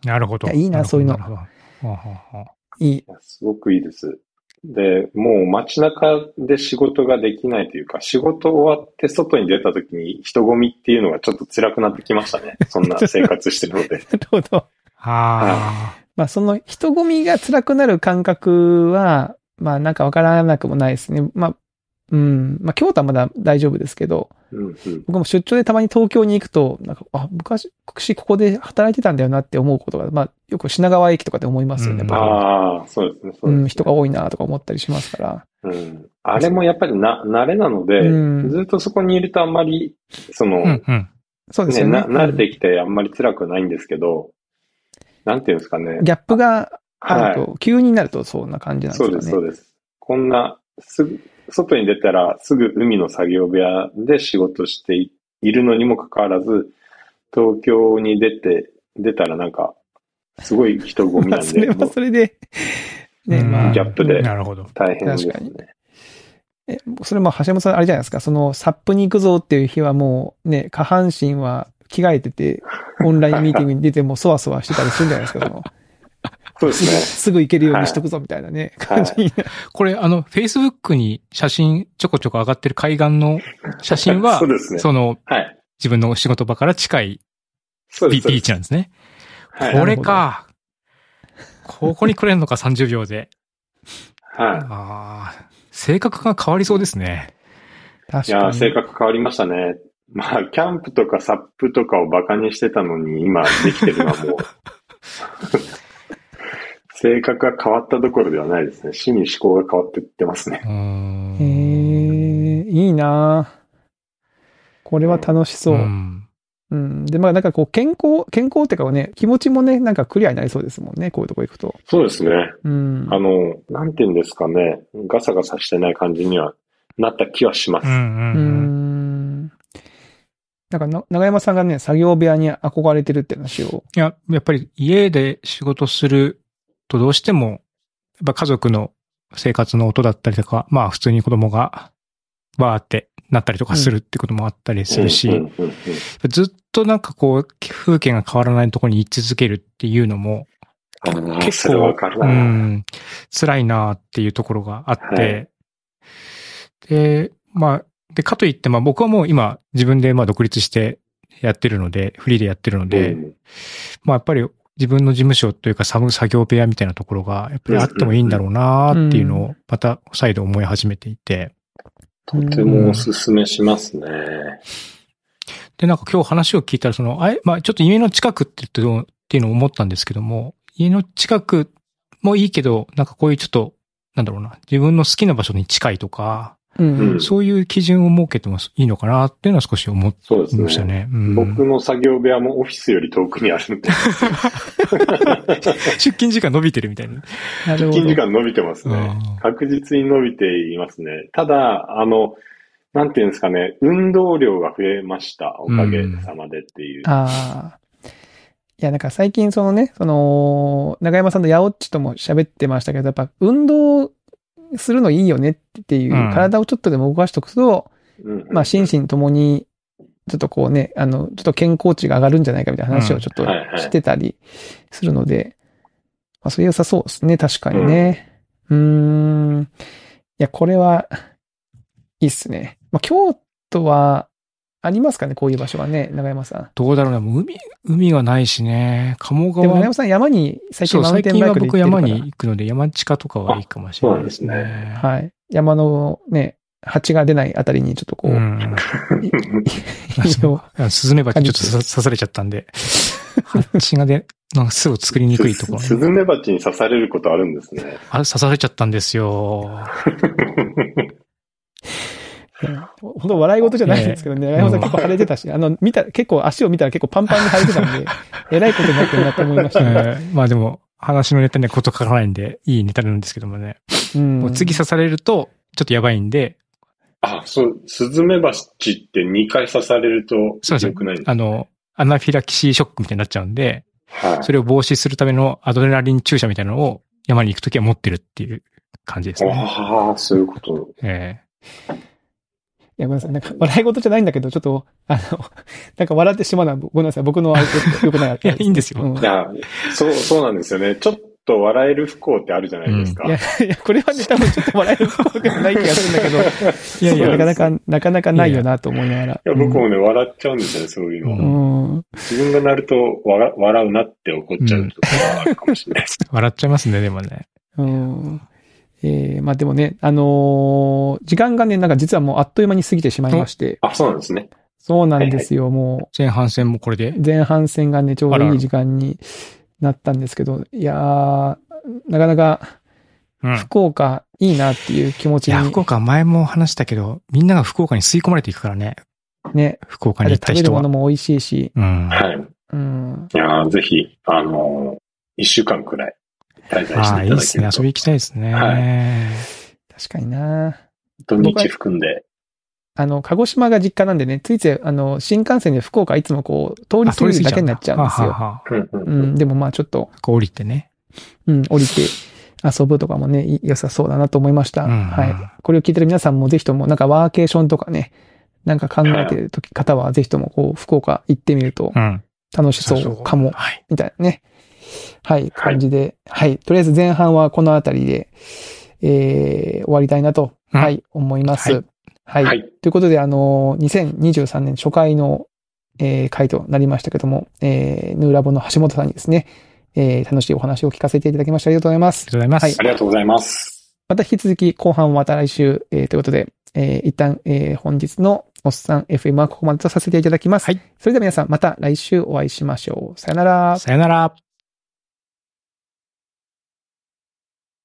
[SPEAKER 1] なるほど。
[SPEAKER 2] いやいいな
[SPEAKER 1] るほど
[SPEAKER 2] そういうの
[SPEAKER 1] るほどはあはあはあ
[SPEAKER 2] いい。
[SPEAKER 3] すごくいいです。で、もう街中で仕事ができないというか、仕事終わって外に出た時に人混みっていうのがちょっと辛くなってきましたね。そんな生活してるの
[SPEAKER 2] <laughs>
[SPEAKER 3] で。
[SPEAKER 2] なるほど。
[SPEAKER 1] あ
[SPEAKER 2] まあ、その人混みが辛くなる感覚は、まあ、なんかわからなくもないですね。まあ、うん。まあ、京都はまだ大丈夫ですけど、
[SPEAKER 3] うんうん。
[SPEAKER 2] 僕も出張でたまに東京に行くと、なんか、あ、昔、昔ここで働いてたんだよなって思うことが、まあ、よく品川駅とかで思いますよね。
[SPEAKER 1] うん
[SPEAKER 2] やっぱり
[SPEAKER 3] ああ、そうですね。そううですね
[SPEAKER 2] ん、人が多いなとか思ったりしますから。
[SPEAKER 3] うん。あれもやっぱりな、慣れなので、
[SPEAKER 2] うん
[SPEAKER 3] ずっとそこにいるとあんまり、その、
[SPEAKER 1] あ。うんうん。
[SPEAKER 2] そうです
[SPEAKER 3] ね
[SPEAKER 2] よね。
[SPEAKER 3] な、慣れてきてあんまり辛くないんですけど、なんていうんですかね。
[SPEAKER 2] ギャップがあ
[SPEAKER 3] は
[SPEAKER 2] る
[SPEAKER 3] い
[SPEAKER 2] と、急になるとそんな感じなんです
[SPEAKER 3] そ
[SPEAKER 2] か
[SPEAKER 3] う
[SPEAKER 2] ね。
[SPEAKER 3] です、そうです。こんな、すぐ、外に出たらすぐ海の作業部屋で仕事していいるのにもかかわらず、東京に出て、出たらなんか、すごい人混み
[SPEAKER 2] ま
[SPEAKER 3] な
[SPEAKER 2] あ、 <laughs>
[SPEAKER 3] ん
[SPEAKER 2] そ
[SPEAKER 3] で、
[SPEAKER 2] れ
[SPEAKER 3] も
[SPEAKER 2] は
[SPEAKER 3] う
[SPEAKER 2] それで、ね、
[SPEAKER 1] うん
[SPEAKER 2] まあ、
[SPEAKER 3] ギャップで
[SPEAKER 1] なるほど。
[SPEAKER 3] 大変です
[SPEAKER 2] 確
[SPEAKER 3] ね。
[SPEAKER 2] え、それも橋本さん、あれじゃないですか、その、サップに行くぞっていう日はもう、ね、下半身は着替えてて、オンラインミーティングに出てもそわそわしてたりするんじゃないですか、そ
[SPEAKER 3] <laughs>
[SPEAKER 2] の、
[SPEAKER 3] そうです
[SPEAKER 2] ぐ、
[SPEAKER 3] す
[SPEAKER 2] すぐ行けるようにしとくぞみたいなね、
[SPEAKER 3] は
[SPEAKER 2] 感
[SPEAKER 3] い
[SPEAKER 2] じになる。
[SPEAKER 1] これ、あの、Facebook に写真ちょこちょこ上がってる海岸の写真
[SPEAKER 3] ね。
[SPEAKER 1] は
[SPEAKER 3] <laughs> そう、ですね。
[SPEAKER 1] その、
[SPEAKER 3] はい。
[SPEAKER 1] 自分の仕事場から近い
[SPEAKER 3] そうで
[SPEAKER 1] ビ
[SPEAKER 3] す。そう
[SPEAKER 1] ビー
[SPEAKER 3] です
[SPEAKER 1] チなんですね。
[SPEAKER 3] はい
[SPEAKER 1] これか。ここに来れんのか、30秒で。
[SPEAKER 3] はい。
[SPEAKER 1] ああ、性格が変わりそうですね。
[SPEAKER 2] 確
[SPEAKER 3] いや
[SPEAKER 2] か
[SPEAKER 3] ー、
[SPEAKER 2] に。
[SPEAKER 3] 性格変わりましたね。まあ、キャンプとかサップとかをバカにしてたのに、今できてるの <laughs> はもう、性格が変わったどころではないですね。趣味、思考が変わっていってますね。
[SPEAKER 1] うーん
[SPEAKER 2] へえ、いいなぁこれは楽しそう。
[SPEAKER 1] うん
[SPEAKER 2] うん。で、まあなんかこう健康、健康っていうかね、気持ちもね、なんかクリアになりそうですもんね、こういうとこ行くと。
[SPEAKER 3] そうですね。
[SPEAKER 2] うん。
[SPEAKER 3] あの、なんて言うんですかね。ガサガサしてない感じにはなった気はしま
[SPEAKER 1] う
[SPEAKER 3] す。
[SPEAKER 1] ん
[SPEAKER 2] う
[SPEAKER 1] うん
[SPEAKER 2] ん。なんかな、長山さんがね、作業部屋に憧れてるって話を。
[SPEAKER 1] いや、やっぱり家で仕事するとどうしても、やっぱ家族の生活の音だったりとか、まあ普通に子供がわーってなったりとかするってこともあったりするし、
[SPEAKER 3] うんうんうん
[SPEAKER 1] ずっとなんかこう、風景が変わらないところに居続けるっていうのも、
[SPEAKER 3] うんあー
[SPEAKER 1] 結
[SPEAKER 3] それ
[SPEAKER 1] 構
[SPEAKER 3] わかる、
[SPEAKER 1] う
[SPEAKER 3] な。
[SPEAKER 1] ん、辛いなっていうところがあって、で、まあ、で、かといって、まあ僕はもう今自分でまあ独立してやってるので、フリーでやってるので、
[SPEAKER 3] うん
[SPEAKER 1] まあやっぱり自分の事務所というかサム作業部屋みたいなところが、やっぱりあってもいいんだろうなっていうのを、また再度思い始めていて、
[SPEAKER 3] とてもおすすめしますね。
[SPEAKER 1] で、なんか今日話を聞いたら、その、あれ、まあちょっと家の近くって言ってっていうのを思ったんですけども、家の近くもいいけど、なんかこういうちょっと、なんだろうな、自分の好きな場所に近いとか、
[SPEAKER 2] うん
[SPEAKER 3] うん
[SPEAKER 1] そういう基準を設けてもいいのかなっていうのは少し思い
[SPEAKER 3] そうです
[SPEAKER 1] ました
[SPEAKER 3] ね。
[SPEAKER 1] ね。うん
[SPEAKER 3] 僕の作業部屋もオフィスより遠くにあるんで。
[SPEAKER 1] 出勤時間伸びてるみたいな。
[SPEAKER 2] なる
[SPEAKER 3] 出
[SPEAKER 2] ほ
[SPEAKER 3] 勤時
[SPEAKER 2] ど。
[SPEAKER 3] 間伸びてますね
[SPEAKER 1] うん。
[SPEAKER 3] 確実に伸びていますね。ただ、あの、なんていうんですかね、運動量が増えました。おかげさまでっていう。
[SPEAKER 2] ああ。いや、なんか最近そのね、その、長山さんとヤオッチとも喋ってましたけど、やっぱ運動するのいいよねっていう、
[SPEAKER 1] うん
[SPEAKER 2] 体をちょっとでも動かしとくと、
[SPEAKER 3] うん
[SPEAKER 2] まあ心身ともに、ちょっとこうね、あの、ちょっと健康値が上がるんじゃないかみたいな話をちょっと
[SPEAKER 3] うんはいはい
[SPEAKER 2] してたりするので、まあそれ良さそうですね、確かにね。うーん。いや、これは、いいっすね。まあ、京都は、ありますかねこういう場所はね、長山さん。
[SPEAKER 1] どうだろうな、もう海、海がないしね、鴨
[SPEAKER 2] でも長
[SPEAKER 1] 川
[SPEAKER 2] 山さん、山に、最
[SPEAKER 1] そう、
[SPEAKER 2] 近マウン
[SPEAKER 1] 最
[SPEAKER 2] テン
[SPEAKER 1] 近
[SPEAKER 2] バイ
[SPEAKER 1] は
[SPEAKER 2] クで行って
[SPEAKER 1] 僕
[SPEAKER 2] るから
[SPEAKER 1] 山に行くので、山近とかはいいかもしれないです
[SPEAKER 3] あそうなん
[SPEAKER 1] ね。
[SPEAKER 2] はい。山のね、蜂が出ないあたりにちょっとこう、
[SPEAKER 1] うん。
[SPEAKER 2] 家を
[SPEAKER 1] あスズメバチちょっと刺さ刺されちゃったんで、蜂がで、 <laughs> なんか巣を作りにくいところ、
[SPEAKER 3] スズメバチに刺されることあるんですね。
[SPEAKER 1] あれ刺されちゃったんですよ。
[SPEAKER 2] <laughs> ほんと笑い事じゃないんですけどね、長山さん結構腫れてたし、あの、見た、結構足を見たら結構パンパンに腫れてたんで、えらいことになってるなと思いまし
[SPEAKER 1] え
[SPEAKER 2] たね。
[SPEAKER 1] ーまあでも、話のネタにはことからないんで、いいネタなんですけどもね。
[SPEAKER 2] うん
[SPEAKER 1] もう次刺されると、ちょっとやばいんで、
[SPEAKER 3] <laughs> あ、そう、スズメバチって2回刺されると
[SPEAKER 1] そうです
[SPEAKER 3] 良くないんです
[SPEAKER 1] あの、アナフィラキシーショックみたいになっちゃうんで、
[SPEAKER 3] はい
[SPEAKER 1] それを防止するためのアドレナリン注射みたいなのを山に行くときは持ってるっていう感じですね。
[SPEAKER 3] ああ、そういうこと。
[SPEAKER 1] え
[SPEAKER 2] いや、ごめんなさい。なんか、笑い事じゃないんだけど、ちょっと、あの、 <laughs> なんか笑ってしまうのは、ごめんなさい。僕のあれよくないあれ
[SPEAKER 1] えいや、いいんですよ。
[SPEAKER 2] うん
[SPEAKER 3] いや、そう、そうなんですよね。ちょっと笑える不幸ってあるじゃないですか。
[SPEAKER 2] いや、いや、これはね、多分ちょっと笑えることでもない気がするんだけど、
[SPEAKER 1] いやい
[SPEAKER 2] い
[SPEAKER 1] や
[SPEAKER 2] や、なかなか、なかなかないよなと思いながら。
[SPEAKER 3] いや、僕もね、笑っちゃうんですよね、そういうの。
[SPEAKER 1] う
[SPEAKER 2] うん。
[SPEAKER 3] 自分がなると笑、笑うなって怒っちゃうとかはあるかもしれないです。
[SPEAKER 1] 笑っちゃいますね、でもね。
[SPEAKER 2] うん。えー、まあでもね、あのー時間がね、なんか実はもうあっという間に過ぎてしまいまして、
[SPEAKER 3] あ、そうなんですね。
[SPEAKER 2] そうなんですよ、も
[SPEAKER 1] 前半戦もこれで
[SPEAKER 2] う、。前半戦がね、ちょう
[SPEAKER 1] あらあ
[SPEAKER 2] どい
[SPEAKER 1] ら
[SPEAKER 2] い時間になったんですけど、いやー、なかなか
[SPEAKER 1] うん。
[SPEAKER 2] 福岡いいなっていう気持ち
[SPEAKER 1] いや、
[SPEAKER 2] に
[SPEAKER 1] 福岡前も話したけど、みんなが福岡に吸い込まれていくからね。
[SPEAKER 2] ね、
[SPEAKER 1] 福岡
[SPEAKER 2] あ
[SPEAKER 1] に行
[SPEAKER 2] れ
[SPEAKER 1] った
[SPEAKER 2] 食べる
[SPEAKER 1] 人
[SPEAKER 2] も
[SPEAKER 1] は
[SPEAKER 2] の。も美味しいし、
[SPEAKER 1] うん。
[SPEAKER 3] はい。
[SPEAKER 2] うん。
[SPEAKER 3] いやーぜひ、あのー一週間くらい滞在していた
[SPEAKER 1] ああ、
[SPEAKER 3] だけ
[SPEAKER 1] い
[SPEAKER 3] る
[SPEAKER 1] い
[SPEAKER 3] と。
[SPEAKER 1] ですね。遊び行きたいですね。
[SPEAKER 3] は
[SPEAKER 2] 確かにな
[SPEAKER 3] 土日含んで。
[SPEAKER 2] あの、鹿児島が実家なんでね、ついつい、あの、新幹線で福岡いつもこう、通り過ぎるだけになっちゃうんです
[SPEAKER 1] あ
[SPEAKER 2] よ
[SPEAKER 1] は。あはあ
[SPEAKER 3] うんうん
[SPEAKER 2] う
[SPEAKER 3] うん
[SPEAKER 2] ん、でもまあちょっと、
[SPEAKER 1] こう降りてね。
[SPEAKER 2] うん、降りて遊ぶとかもね、い良さそうだなと思いました。
[SPEAKER 1] うん
[SPEAKER 2] はい。これを聞いてる皆さんもぜひとも、なんかワーケーションとかね、なんか考えてる時方は、ぜひともこう、福岡行ってみると
[SPEAKER 1] うん。
[SPEAKER 2] 楽しそうかも、
[SPEAKER 1] はい。
[SPEAKER 2] みたいなね。はい、感じで、はい。とりあえず前半はこのあたりで、えー、終わりたいなと、
[SPEAKER 1] うん
[SPEAKER 2] はい、思います。
[SPEAKER 1] はい
[SPEAKER 2] はい。
[SPEAKER 3] はい。
[SPEAKER 2] ということで、あの、2023年初回の、えー回となりましたけども、えー、ヌーラボの橋本さんにですね、えー楽しいお話を聞かせていただきました。ありがとうございま
[SPEAKER 1] あ
[SPEAKER 2] す
[SPEAKER 1] り。がとうございます。
[SPEAKER 2] はい
[SPEAKER 3] ありがとうございます。
[SPEAKER 2] また引き続き後半はまた来週、えーということで、えー一旦、えー本日のおっさん FM はここまでとさせていただきます。
[SPEAKER 1] はい
[SPEAKER 2] それでは皆さんまた来週お会いしましょう。さよなら。
[SPEAKER 1] さよなら。